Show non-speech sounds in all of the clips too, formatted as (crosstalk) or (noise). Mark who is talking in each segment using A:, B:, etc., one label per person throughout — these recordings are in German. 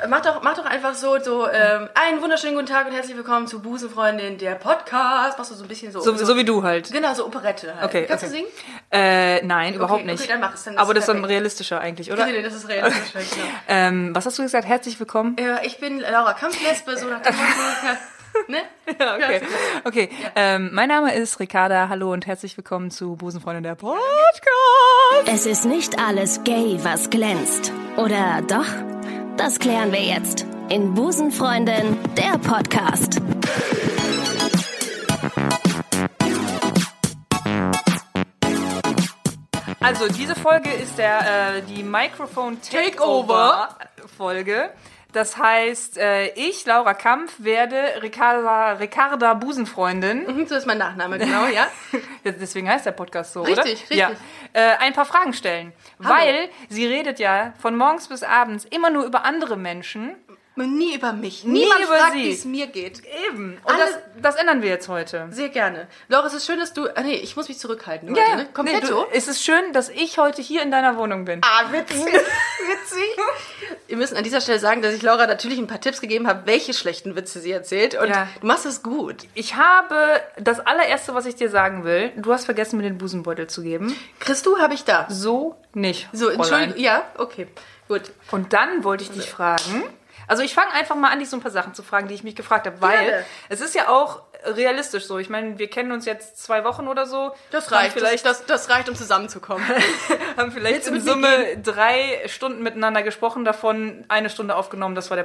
A: Äh, Mach doch, mach doch einfach so, so ähm, einen wunderschönen guten Tag und herzlich willkommen zu Busenfreundin, der Podcast. Machst du so ein bisschen so.
B: So, so wie du halt.
A: genau, so Operette halt.
B: Okay,
A: Kannst
B: okay.
A: du singen?
B: Äh, nein, überhaupt
A: okay,
B: nicht.
A: dann mach es, dann ist
B: Aber
A: es
B: das ist dann
A: perfekt.
B: realistischer eigentlich, oder?
A: Nee, nee, das ist realistisch. genau.
B: Ähm, was hast du gesagt?
A: (laughs)
B: Herzlich willkommen.
A: äh, ich bin Laura Kampflesbe, so nach dem Motto. Ne?
B: Ja, okay. (laughs) okay. Ähm, mein Name ist Ricarda. Hallo und herzlich willkommen zu Busenfreundin der Podcast.
C: Es ist nicht alles gay, was glänzt. Oder doch? Das klären wir jetzt in Busenfreundin, der Podcast.
B: Also diese Folge ist der äh, die Microphone Takeover Folge. Das heißt, äh, ich Laura Kampf werde Ricarda Ricarda Busenfreundin.
A: Mhm, So ist mein Nachname, genau, ja.
B: (laughs) Ja, Deswegen heißt der Podcast so, oder?
A: Richtig, richtig.
B: Ja. Äh, ein paar Fragen stellen.
A: Hallo.
B: Weil sie redet ja von morgens bis abends immer nur über andere Menschen.
A: Und nie über mich. Niemand
B: über
A: fragt,
B: sie.
A: wie es mir geht.
B: Eben. Und
A: Alle-
B: das, das ändern wir jetzt heute.
A: Sehr gerne. Laura, es ist schön, dass du. Ah, nee, ich muss mich zurückhalten. Heute, ne? Komplett
B: nee, du,
A: so.
B: es ist schön, dass ich heute hier in deiner Wohnung bin.
A: Ah, (laughs) witzig. witzig. Wir müssen an dieser Stelle sagen, dass ich Laura natürlich ein paar Tipps gegeben habe, welche schlechten Witze sie erzählt. Und
B: Ja.
A: du machst es gut.
B: Ich habe das allererste, was ich dir sagen will. Du hast vergessen, mir den Busenbeutel zu geben.
A: Christu habe ich da.
B: So nicht.
A: So,
B: Fräulein.
A: Entschuldigung. Ja, okay. Gut.
B: Und dann wollte ich dich fragen. Also ich fange einfach mal an, dich so ein paar Sachen zu fragen, die ich mich gefragt habe, weil
A: Gerne.
B: es ist ja auch realistisch so. Ich meine, wir kennen uns jetzt zwei Wochen oder so.
A: Das
B: Haben
A: reicht.
B: vielleicht,
A: Das, das, das reicht, um zusammenzukommen.
B: haben vielleicht
A: du
B: in
A: mit mir
B: Summe drei Stunden miteinander gesprochen, davon eine Stunde aufgenommen. Das war der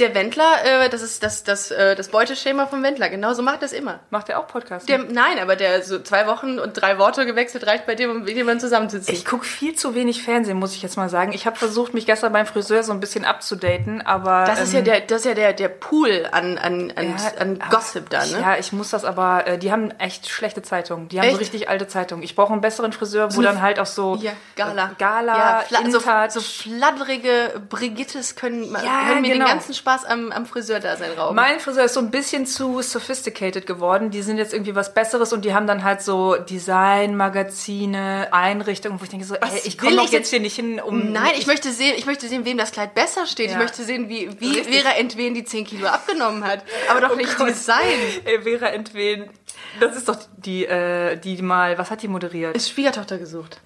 A: (laughs) Der Wendler, äh, das ist das, das, äh, das Beuteschema vom Wendler. Genau so macht er es immer.
B: Macht der auch Podcast?
A: Der,
B: ne?
A: nein, aber der so zwei Wochen und drei Worte gewechselt reicht bei dem, um mit jemandem zusammenzuziehen.
B: ich gucke viel zu wenig Fernsehen, muss ich jetzt mal sagen. Ich habe versucht, mich gestern beim Friseur so ein bisschen abzudaten, aber
A: das ist ja
B: ähm,
A: der, das ist ja der, der Pool an, an, an,
B: Ja,
A: an
B: aber
A: Gossip da,
B: ich-
A: ne?
B: Ja, ich muss das aber, äh, die haben echt schlechte Zeitungen. Die haben so
A: Echt?
B: richtig alte Zeitungen. Ich brauche einen besseren Friseur, wo dann halt auch so
A: Ja, Gala.
B: äh, Gala,
A: fla- so,
B: Intat.
A: so fladderige Brigittes können,
B: Ja,
A: können mir
B: genau.
A: den ganzen Spaß am, am Friseurdasein rauben.
B: mein Friseur ist so ein bisschen zu sophisticated geworden. Die sind jetzt irgendwie was Besseres und die haben dann halt so Designmagazine, Einrichtungen, wo ich denke so, ey, ich komme
A: will
B: doch
A: ich jetzt-
B: jetzt, hier nicht hin, um...
A: Nein,
B: (laughs)
A: ich möchte sehen, ich möchte sehen, wem das Kleid besser steht.
B: Ja.
A: Ich möchte sehen, wie, wie
B: Richtig.
A: Vera Entwen die 10 Kilo abgenommen hat. Aber doch nicht Design.
B: Ey, äh, Vera Entwen, das ist doch die, äh, die mal, was hat die moderiert?
A: Ist Schwiegertochter gesucht.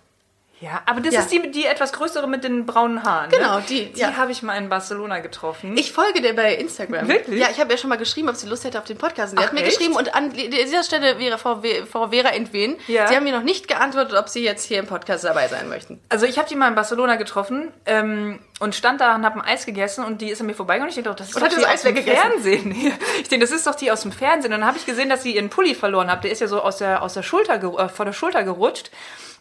B: Ja, aber das
A: Ja.
B: ist die, die etwas größere mit den braunen Haaren.
A: Genau,
B: ne?
A: die,
B: Die
A: ja.
B: habe ich mal in Barcelona getroffen.
A: Ich folge der bei Instagram.
B: Wirklich?
A: Ja, ich habe ja schon mal geschrieben, ob sie Lust hätte auf den Podcast. Und die
B: Ach,
A: hat mir
B: echt?
A: geschrieben und an dieser Stelle wäre Frau, We- Frau Vera Entwen.
B: Ja.
A: Sie haben mir noch nicht geantwortet, ob sie jetzt hier im Podcast dabei sein möchten.
B: Also ich habe die mal in Barcelona getroffen ähm, und stand da und habe ein Eis gegessen und die ist an mir vorbeigegangen. Ich denke, doch, das ist
A: Und
B: doch
A: hat
B: die
A: das Eis
B: aus dem
A: weggegessen?
B: Fernsehen. (laughs) Ich denke, das ist doch die aus dem Fernsehen. Und dann habe ich gesehen, dass sie ihren Pulli verloren hat. Der ist ja so aus der, aus der Schulter, geru- äh, vor der Schulter gerutscht.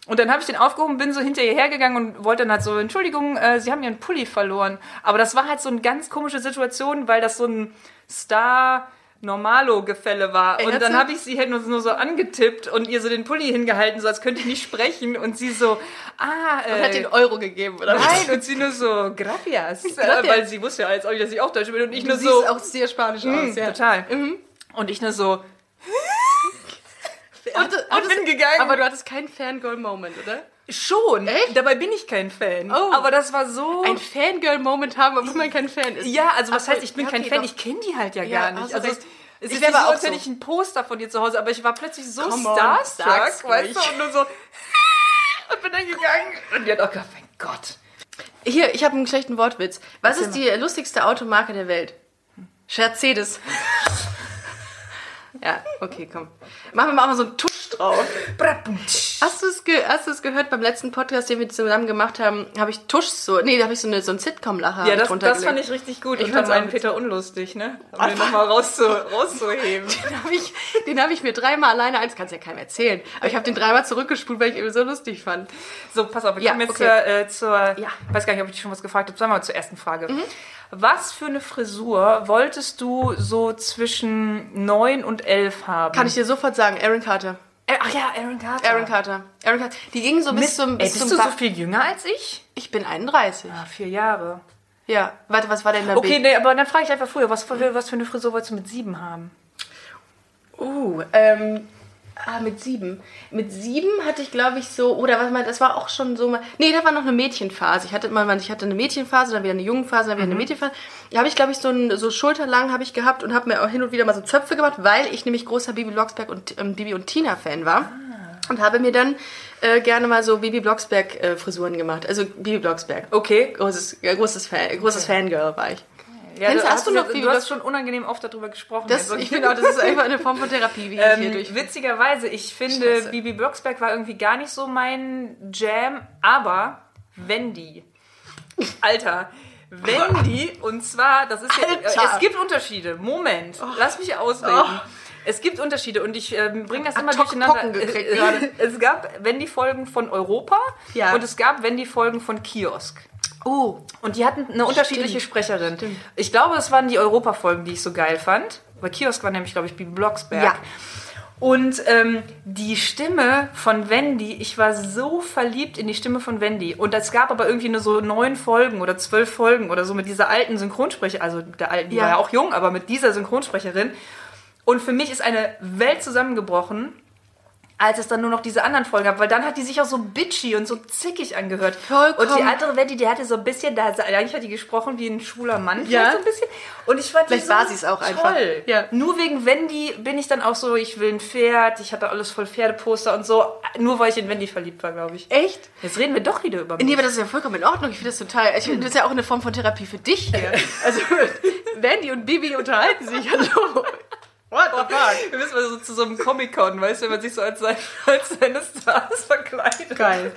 B: Und dann habe ich den aufgehoben, bin so hinter ihr hergegangen und wollte dann halt so, Entschuldigung, äh, Sie haben Ihren Pulli verloren. Aber das war halt so eine ganz komische Situation, weil das so ein Star-Normalo-Gefälle war. und
A: hat
B: dann
A: sie-
B: habe ich sie halt nur, nur so angetippt und ihr so den Pulli hingehalten, so als könnte ich nicht sprechen. Und sie so, ah, äh,
A: Und hat den Euro gegeben, oder was?
B: Nein, und sie nur so, (laughs) gracias.
A: Gracias.
B: Äh, weil sie wusste ja jetzt auch nicht, dass ich auch Deutsch bin und ich
A: Du
B: nur
A: siehst
B: so. "Hm,
A: auch sehr spanisch aus, ja.
B: Total. Und ich nur so, "Ah,
A: Und,
B: und bin gegangen.
A: Aber du hattest keinen Fangirl-Moment, oder?
B: schon.
A: Echt?
B: Dabei bin ich kein Fan.
A: Oh.
B: Aber das war so.
A: Ein Fangirl-Moment haben, obwohl man kein Fan ist.
B: ja, also was
A: Ach so,
B: heißt, ich bin
A: ja,
B: kein
A: okay,
B: Fan,
A: doch.
B: ich kenne die halt ja,
A: Ja, hast
B: gar nicht.
A: du
B: Also
A: recht.
B: es
A: Ich
B: ist
A: wäre
B: nicht so,
A: aber auch
B: als
A: so.
B: hätte ich ein Poster von dir zu Hause, aber ich war plötzlich so
A: Come on, sag's
B: starstruck, weißt
A: ruhig.
B: du, und nur so. (laughs) und bin dann gegangen. Und die hat auch gedacht, mein Gott.
A: Hier, ich habe einen schlechten Wortwitz. Was ist die lustigste Automarke der Welt? Mercedes. ja, okay, komm. Machen wir mal auch mal so einen Tusch drauf. Hast du es ge hast du es gehört beim letzten Podcast, den wir zusammen gemacht haben? Habe ich Tusch so. Nee, da habe ich so, eine, so einen Sitcom-Lacher.
B: Ja, das, das fand ich richtig gut. Ich
A: fand's
B: fand
A: auch
B: meinen
A: witzig.
B: Peter unlustig, ne? Um den nochmal rauszu, rauszuheben.
A: Den habe ich, den hab ich mir dreimal alleine, das kannst du ja keinem erzählen, aber ich habe den dreimal zurückgespult, weil ich ihn so lustig fand.
B: So, pass auf, wir
A: Ja,
B: kommen jetzt
A: okay.
B: zur, äh, zur
A: Ja.
B: weiß gar nicht, ob ich dich schon was gefragt habe, sagen wir mal zur ersten Frage. Was für eine Frisur wolltest du so zwischen 9 und 11 haben?
A: Kann ich dir sofort sagen, Aaron Carter.
B: Äh, Ach ja, Aaron Carter.
A: Aaron Carter. Aaron Carter. Die gingen so bis
B: Bist,
A: zum, bis
B: ey, bist
A: zum
B: du so
A: Ba-
B: viel jünger als ich?
A: Ich bin 31.
B: Ah, vier Jahre.
A: Ja, warte, was war denn da?
B: Okay, nee, aber dann frage ich einfach früher, was für, was für eine Frisur wolltest du mit sieben haben?
A: Uh, ähm, Ah, mit sieben. Mit sieben hatte ich, glaube ich, so, oder was man, das war auch schon so mal. Nee, da war noch eine Mädchenphase. Ich hatte immer, man- ich hatte eine Mädchenphase, dann wieder eine Jungenphase, dann wieder eine Mädchenphase. Da habe ich, glaube ich, so ein, so schulterlang habe ich gehabt und habe mir auch hin und wieder mal so Zöpfe gemacht, weil ich nämlich großer Bibi Blocksberg und ähm, Bibi und Tina Fan war. Und habe mir dann äh, gerne mal so Bibi Blocksberg äh, Frisuren gemacht. Also Bibi Blocksberg.
B: Okay.
A: Großes, ja, großes, Fan, großes Fangirl war ich.
B: Ja,
A: Kennst-
B: du,
A: hast
B: hast
A: du
B: du,
A: noch Bibi
B: du hast schon unangenehm oft darüber gesprochen. Also,
A: Das,
B: jetzt.
A: ich finde auch, das ist einfach eine Form von Therapie, wie ich hier
B: Ähm,
A: durch.
B: witzigerweise, ich finde,
A: Scheiße.
B: Bibi Blocksberg war irgendwie gar nicht so mein Jam, aber Wendy. Alter, Wendy, und zwar, das ist ja,
A: Alter. Oh.
B: es gibt Unterschiede. Moment, lass mich ausreden. Es gibt Unterschiede und ich ähm, bringe das immer
A: hoc
B: durcheinander.
A: Pocken gekriegt
B: Äh, äh,
A: gerade.
B: (laughs) es gab Wendy-Folgen von Europa
A: Ja.
B: und es gab Wendy-Folgen von Kiosk.
A: Oh,
B: Und die hatten eine unterschiedliche Sprecherin. Ich glaube, es waren die Europa-Folgen, die ich so geil fand. Bei Kiosk war nämlich, glaube ich, Bibi Blocksberg.
A: Ja.
B: Und ähm, die Stimme von Wendy, ich war so verliebt in die Stimme von Wendy. Und es gab aber irgendwie nur so neun Folgen oder zwölf Folgen oder so mit dieser alten Synchronsprecherin. Also der alten, die
A: Ja.
B: war ja auch jung, aber mit dieser Synchronsprecherin. Und für mich ist eine Welt zusammengebrochen, als es dann nur noch diese anderen Folgen gab, weil dann hat die sich auch so bitchy und so zickig angehört.
A: Vollkommen.
B: Und die andere Wendy, die hatte so ein bisschen, da eigentlich hat die gesprochen wie ein schwuler Mann,
A: Ja.
B: vielleicht so ein bisschen. Und ich fand
A: Vielleicht
B: die so
A: war sie's auch einfach.
B: Toll.
A: Ja.
B: Nur wegen Wendy bin ich dann auch so, ich will ein Pferd, ich hatte alles voll Pferdeposter und so, nur weil ich in Wendy verliebt war, glaube ich.
A: echt?
B: Jetzt reden wir doch wieder über
A: Nee, aber das ist ja vollkommen in Ordnung. Ich finde das total. Ich finde das ist ja auch eine Form von Therapie für dich hier. Also, Wendy und Bibi unterhalten sich. Hallo. What the fuck?
B: Wir müssen mal so zu so einem Comic-Con, weißt du, wenn man sich so als, sein, (laughs) als seine Stars verkleidet.
A: Geil.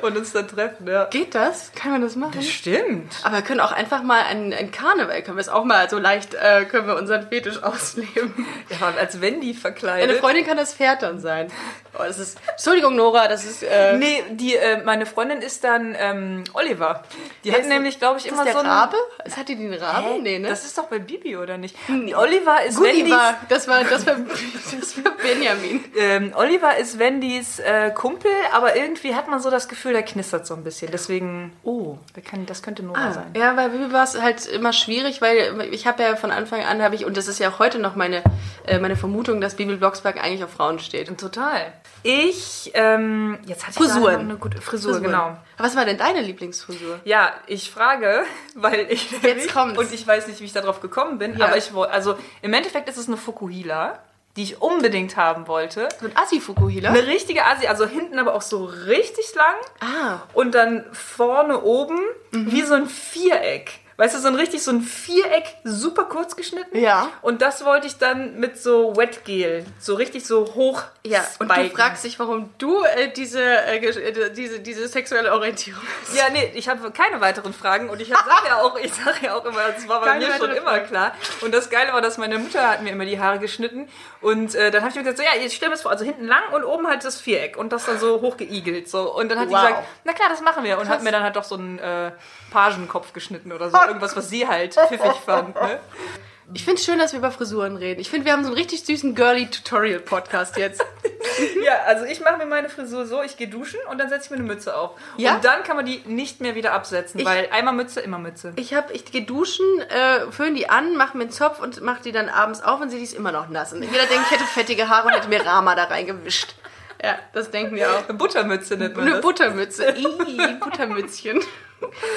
B: Und uns dann treffen, ja.
A: Geht das? Kann man das machen?
B: Stimmt.
A: Aber wir können auch einfach mal einen, einen Karneval, können wir es auch mal so leicht, äh, können wir unseren Fetisch ausleben.
B: Ja, als Wendy verkleidet.
A: Eine Freundin kann das Pferd dann sein. Oh, das ist, Entschuldigung, Nora, das ist... Äh,
B: Nee, die, äh, meine Freundin ist dann ähm, Oliver. Die hat
A: ist-
B: nämlich, glaube ich,
A: ist
B: immer
A: das der
B: so einen-
A: Rabe? Ist- Hat die den Raben?
B: Hä?
A: Nee, ne?
B: Das ist doch bei Bibi, oder nicht? Oliver ist
A: Gulliver.
B: Wendys,
A: Das war, das war, (laughs) das war Benjamin.
B: ähm, Oliver ist Wendys äh, Kumpel, aber irgendwie hat man so das Gefühl, der knistert so ein bisschen. Deswegen, oh, der kann, das könnte Nora sein.
A: Ah, Ja, bei Bibi war es halt immer schwierig, weil ich habe ja von Anfang an habe ich und das ist ja auch heute noch meine äh, meine Vermutung, dass Bibi Blocksberg eigentlich auf Frauen steht.
B: Total. Ich, ähm, jetzt hatte ich
A: Frisuren.
B: gerade noch eine gute Frisur, genau.
A: Aber was war denn deine Lieblingsfrisur?
B: Ja, ich frage, (laughs) weil ich
A: Jetzt kommt's.
B: und ich weiß nicht, wie ich darauf gekommen bin,
A: Ja.
B: aber ich wollte, also im Endeffekt ist es eine Fukuhila, die ich unbedingt haben wollte.
A: So ein assi fukuhila
B: Eine richtige Asi, also hinten aber auch so richtig lang
A: Ah,
B: und dann vorne oben
A: Mhm.
B: wie so ein Viereck. Weißt du, so ein richtig so ein Viereck, super kurz geschnitten.
A: Ja.
B: Und das wollte ich dann mit so Wetgel, so richtig so hoch.
A: ja. Und du
B: spiken.
A: fragst dich, warum du äh, diese, äh, gesch- äh, diese diese sexuelle Orientierung hast.
B: Ja, nee, ich habe keine weiteren Fragen und ich hab- sag ja auch, ich sag ja auch immer, das war bei
A: Keine
B: mir schon
A: weiteren
B: immer klar. Und das Geile war, dass meine Mutter hat mir immer die Haare geschnitten und äh, dann habe ich mir gesagt, so, ja, jetzt stell mir das vor, also hinten lang und oben halt das Viereck und das dann so hochgeigelt so und dann hat
A: Wow.
B: die gesagt, na klar, das machen wir und
A: Krass.
B: hat mir dann halt doch so einen äh, Pagenkopf geschnitten oder so, irgendwas, was sie halt pfiffig fand, ne?
A: Ich finde es schön, dass wir über Frisuren reden. Ich finde, wir haben so einen richtig süßen girly Tutorial Podcast jetzt.
B: (laughs) Ja, also ich mache mir meine Frisur so, ich gehe duschen und dann setze ich mir eine Mütze auf.
A: Ja?
B: Und dann kann man die nicht mehr wieder absetzen,
A: Ich-
B: weil einmal Mütze, immer Mütze.
A: Ich habe, ich gehe duschen, äh, föhn die an, mache mir einen Zopf und mache die dann abends auf und sehe, die ist immer noch nass. Und jeder denkt, ich hätte fettige Haare und hätte mir Rama da reingewischt. Ja, das denken wir auch.
B: Eine Buttermütze nennt man
A: Eine
B: das.
A: Buttermütze. Ii, Buttermützchen.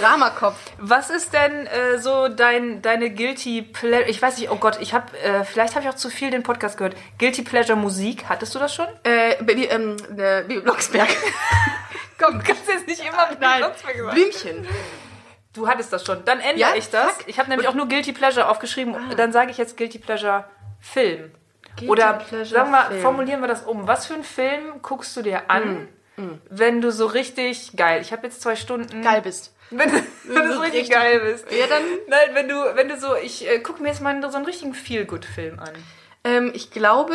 A: Ramakopf.
B: Was ist denn äh, so dein, deine Guilty Pleasure? Ich weiß nicht, oh Gott, ich habe, äh, vielleicht habe ich auch zu viel den Podcast gehört. Guilty Pleasure Musik, hattest du das schon?
A: Äh, Baby, ähm, äh, Baby (laughs) Blocksberg.
B: Komm, du kannst jetzt nicht immer mit
A: Nein,
B: sonst mehr gesagt.
A: Blümchen.
B: Du hattest das schon. Dann ändere
A: Ja,
B: ich das.
A: fuck.
B: Ich habe nämlich auch nur Guilty Pleasure aufgeschrieben. Dann sage ich jetzt Guilty Pleasure Film. Oder
A: Pleasure
B: sagen wir,
A: Film.
B: formulieren wir das um. Was für einen Film guckst du dir an, wenn du so richtig geil? Ich habe jetzt zwei Stunden.
A: Geil bist.
B: (laughs) Wenn, du- wenn du so richtig,
A: richtig-
B: geil bist.
A: Ja, dann-
B: Nein, wenn du, wenn du so, ich äh, gucke mir jetzt mal so einen richtigen Feel-Good-Film an.
A: Ähm, ich glaube,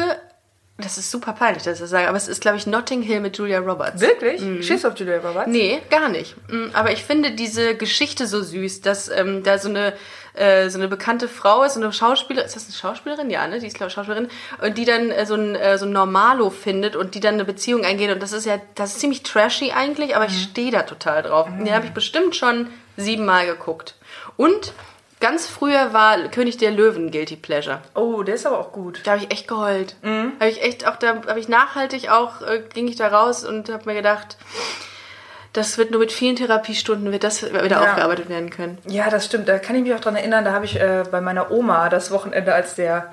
A: das ist super peinlich, dass ich das sage, aber es ist, glaube ich, Notting Hill mit Julia Roberts.
B: Wirklich? Mhm. Schiss auf Julia Roberts?
A: Nee, gar nicht. Mm, Aber ich finde diese Geschichte so süß, dass ähm, da so eine, äh, so eine bekannte Frau ist, so eine Schauspielerin, ist das eine Schauspielerin? Ja, ne? Die ist, glaube ich, Schauspielerin. Und die dann äh, so ein äh, so ein Normalo findet und die dann eine Beziehung eingeht. Und das ist ja, das ist ziemlich trashy eigentlich, aber ich stehe da total drauf. Den habe ich bestimmt schon siebenmal geguckt. Und ganz früher war König der Löwen Guilty Pleasure.
B: Oh, der ist aber auch gut.
A: Da habe ich echt geheult.
B: Mhm.
A: Habe ich echt auch da habe ich nachhaltig auch äh, ging ich da raus und habe mir gedacht, das wird nur mit vielen Therapiestunden wird das wieder
B: Ja.
A: aufgearbeitet werden können.
B: Ja, das stimmt. Da kann ich mich auch dran erinnern, da habe ich äh, bei meiner Oma das Wochenende, als der,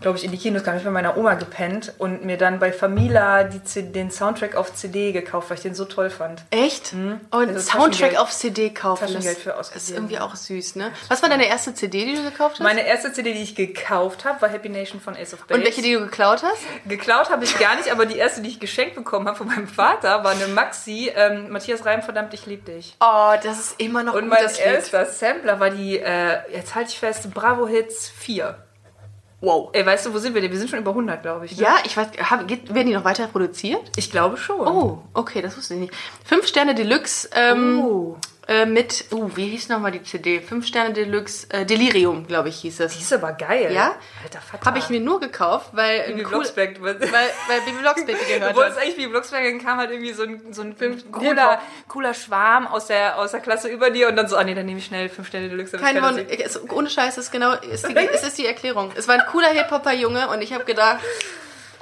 B: glaube ich, in die Kinos kam, hab ich bei meiner Oma gepennt und mir dann bei Famila die C den Soundtrack auf CD gekauft, weil ich den so toll fand.
A: Echt? Oh, einen
B: Also
A: Soundtrack
B: Taschengeld-
A: auf CD kaufen.
B: Taschengeld für
A: das ist
B: ausgegeben.
A: irgendwie auch süß, ne? Was war deine erste CD, die du gekauft hast?
B: Meine erste CD, die ich gekauft habe, war Happy Nation von Ace of Base.
A: und welche, die du geklaut hast?
B: Geklaut habe ich gar nicht, aber die erste, die ich geschenkt bekommen habe von meinem Vater, war eine Maxi. Ähm, Matthias Reim, verdammt, ich lieb dich.
A: Oh, das ist immer noch
B: Und
A: gut,
B: mein
A: das Lied.
B: erster Sampler war die, äh, jetzt halte ich fest, Bravo Hits 4.
A: Wow.
B: Ey, weißt du, wo sind wir denn? Wir sind schon über 100, glaube ich. Ne?
A: Ja, ich weiß, haben, geht, werden die noch weiter produziert?
B: Ich glaube schon.
A: Oh, okay, das wusste ich nicht. Fünf Sterne Deluxe ähm,
B: Oh.
A: äh, mit, uh, wie hieß nochmal die CD? Fünf Sterne Deluxe äh, Delirium, glaube ich, hieß
B: Die
A: es.
B: ist aber geil.
A: Ja?
B: Alter Vater.
A: Habe ich mir nur gekauft, weil
B: Bibi
A: ein cool,
B: Blocksberg. (laughs)
A: weil, weil Bibi Blocksberg die gehört
B: Obwohl es
A: hat.
B: eigentlich wie Blocksberg dann kam halt irgendwie so ein, so ein cooler, cooler Schwarm aus der, aus der Klasse über dir und dann so, ah nee, dann nehme ich schnell fünf Sterne Deluxe. damit
A: Kein
B: keiner
A: Wort,
B: sieht.
A: es, ohne Scheiß ist genau, ist die, es ist die Erklärung. Es war ein cooler Hip-Hopper-Junge und ich habe gedacht,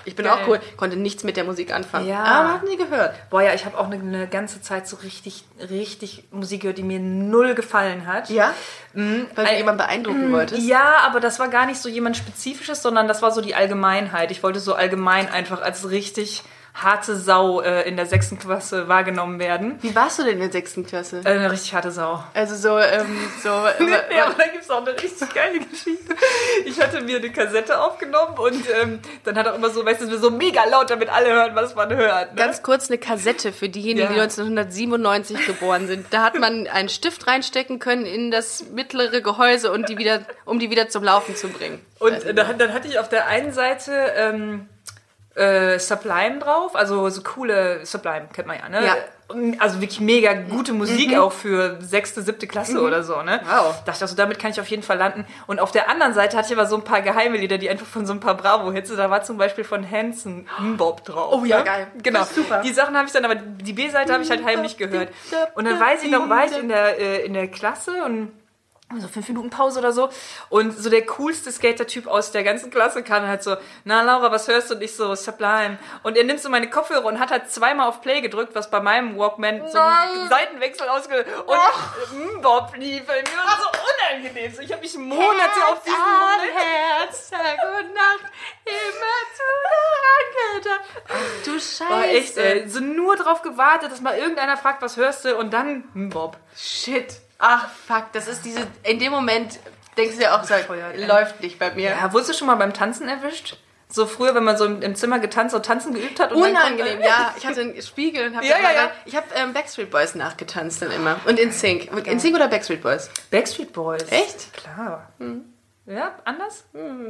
A: ich bin auch cool, konnte nichts mit der Musik anfangen.
B: Ja.
A: Aber hat nie gehört.
B: Boah, ja, ich habe auch eine, eine ganze Zeit so richtig, richtig Musik gehört, die mir null gefallen hat.
A: Ja? Mhm, Mm. Weil du jemanden beeindrucken wolltest.
B: Ja, aber das war gar nicht so jemand Spezifisches, sondern das war so die Allgemeinheit. Ich wollte so allgemein einfach als richtig harte Sau äh, in der sechsten Klasse wahrgenommen werden.
A: Wie warst du denn in der sechsten Klasse?
B: Äh, eine richtig harte Sau.
A: Also so, ähm, (laughs) so, äh,
B: Ja, aber da gibt es auch eine richtig geile Geschichte. Ich hatte mir eine Kassette aufgenommen und ähm, dann hat auch immer so, weißt du, es wird so mega laut, damit alle hören, was man hört. Ne?
A: Ganz kurz eine Kassette für diejenigen, die
B: Ja.
A: 1997 geboren sind. Da hat man einen Stift reinstecken können in das mittlere Gehäuse und die wieder, um die wieder zum Laufen zu bringen.
B: Und äh, dann, dann hatte ich auf der einen Seite ähm, äh, Sublime drauf, also so coole Sublime, kennt man ja, ne?
A: Ja. Mhm.
B: Ähm, Also wirklich mega gute Musik auch für sechste, siebte Klasse oder so, ne?
A: Wow.
B: Dachte ich auch so, damit kann ich auf jeden Fall landen. Und auf der anderen Seite hatte ich aber so ein paar geheime Lieder, die einfach von so ein paar Bravo-Hits, da war zum Beispiel von Hanson Bob drauf.
A: Oh ja,
B: ne?
A: geil.
B: Genau.
A: Das ist super.
B: Die Sachen habe ich dann, aber die B-Seite habe ich halt heimlich gehört. Und dann weiß ich noch, war ich in der, äh, in der Klasse und so fünf Minuten Pause oder so. Und so der coolste Skater-Typ aus der ganzen Klasse kam halt so, na Laura, was hörst du? Und ich so, Sublime. Und er nimmt so meine Kopfhörer und hat halt zweimal auf Play gedrückt, was bei meinem Walkman so einen Seitenwechsel ausge... Und oh. Bob lief. Und Mir war so unangenehm. So, Ich habe mich Monate auf diesen Moment...
A: Herz, Tag und Nacht, immer zu der Du Scheiße.
B: War echt, ey, so nur drauf gewartet, dass mal irgendeiner fragt, was hörst du? Und dann, hm, Bob.
A: Shit. Ach, fuck. Das ist diese, in dem Moment denkst du ja auch, sag,
B: Bescheuert, ey.
A: läuft nicht bei mir.
B: Ja, wurdest du schon mal beim Tanzen erwischt? So früher, wenn man so im, im Zimmer getanzt und tanzen geübt hat. Und dann kommt-
A: Unangenehm, ja. Ich hatte einen Spiegel und habe
B: Ja, ja, ja.
A: ich habe ähm, Backstreet Boys nachgetanzt dann immer und in Sync. In Sync oder Backstreet Boys?
B: Backstreet Boys.
A: Echt? Hm.
B: Klar. Ja, anders?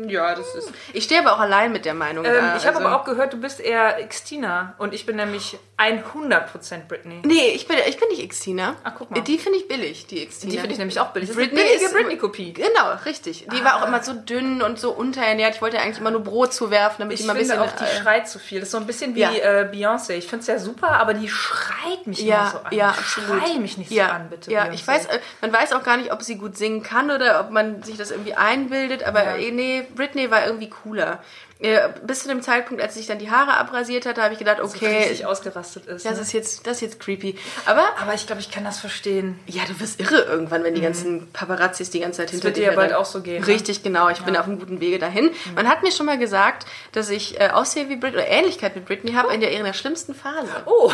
A: Ja, das ist. Ich stehe aber auch allein mit der Meinung.
B: Ähm,
A: da,
B: ich habe
A: also-
B: aber auch gehört, du bist eher Xtina und ich bin nämlich 100% Britney.
A: Nee, ich bin, ich bin nicht Xtina.
B: Ach, guck mal.
A: Die finde ich billig, die Xtina.
B: Die finde ich nämlich Ah. auch billig. Das
A: Britney
B: ist eine
A: ist-
B: billige Britney-Kopie.
A: Genau, richtig. Die war auch immer so dünn und so unterernährt. Ich wollte ihr eigentlich immer nur Brot zuwerfen, damit
B: Ich
A: die mal ein
B: finde
A: bisschen. äh,
B: auch, die schreit zu viel. Das ist so ein bisschen wie
A: Ja.
B: äh, Beyoncé. Ich finde es ja super, aber die schreit mich
A: ja,
B: immer so an.
A: ja, absolut.
B: Schrei mich nicht
A: ja,
B: so an, bitte.
A: Ja,
B: Beyoncé.
A: ich weiß, äh, man weiß auch gar nicht, ob sie gut singen kann oder ob man sich das irgendwie einbildet, aber
B: Ja.
A: äh, nee, Britney war irgendwie cooler. Äh, Bis zu dem Zeitpunkt, als sie sich dann die Haare abrasiert hat, habe ich gedacht,
B: So
A: okay,
B: richtig ausgerastet ist.
A: das
B: ne?
A: ist jetzt, das ist jetzt creepy. Aber
B: aber ich glaube, ich kann das verstehen.
A: Ja, du wirst irre irgendwann, wenn die ganzen Paparazzis die ganze Zeit hinter
B: Mhm. wird dir ja
A: her
B: bald
A: rennen.
B: auch so gehen, ne? Mhm.
A: Richtig, genau. Ich bin auf einem guten Wege dahin. Man hat mir schon mal gesagt, dass ich äh, aussehe wie Britney oder Ähnlichkeit mit Britney habe in der ihrer schlimmsten Phase.
B: (laughs) Oh!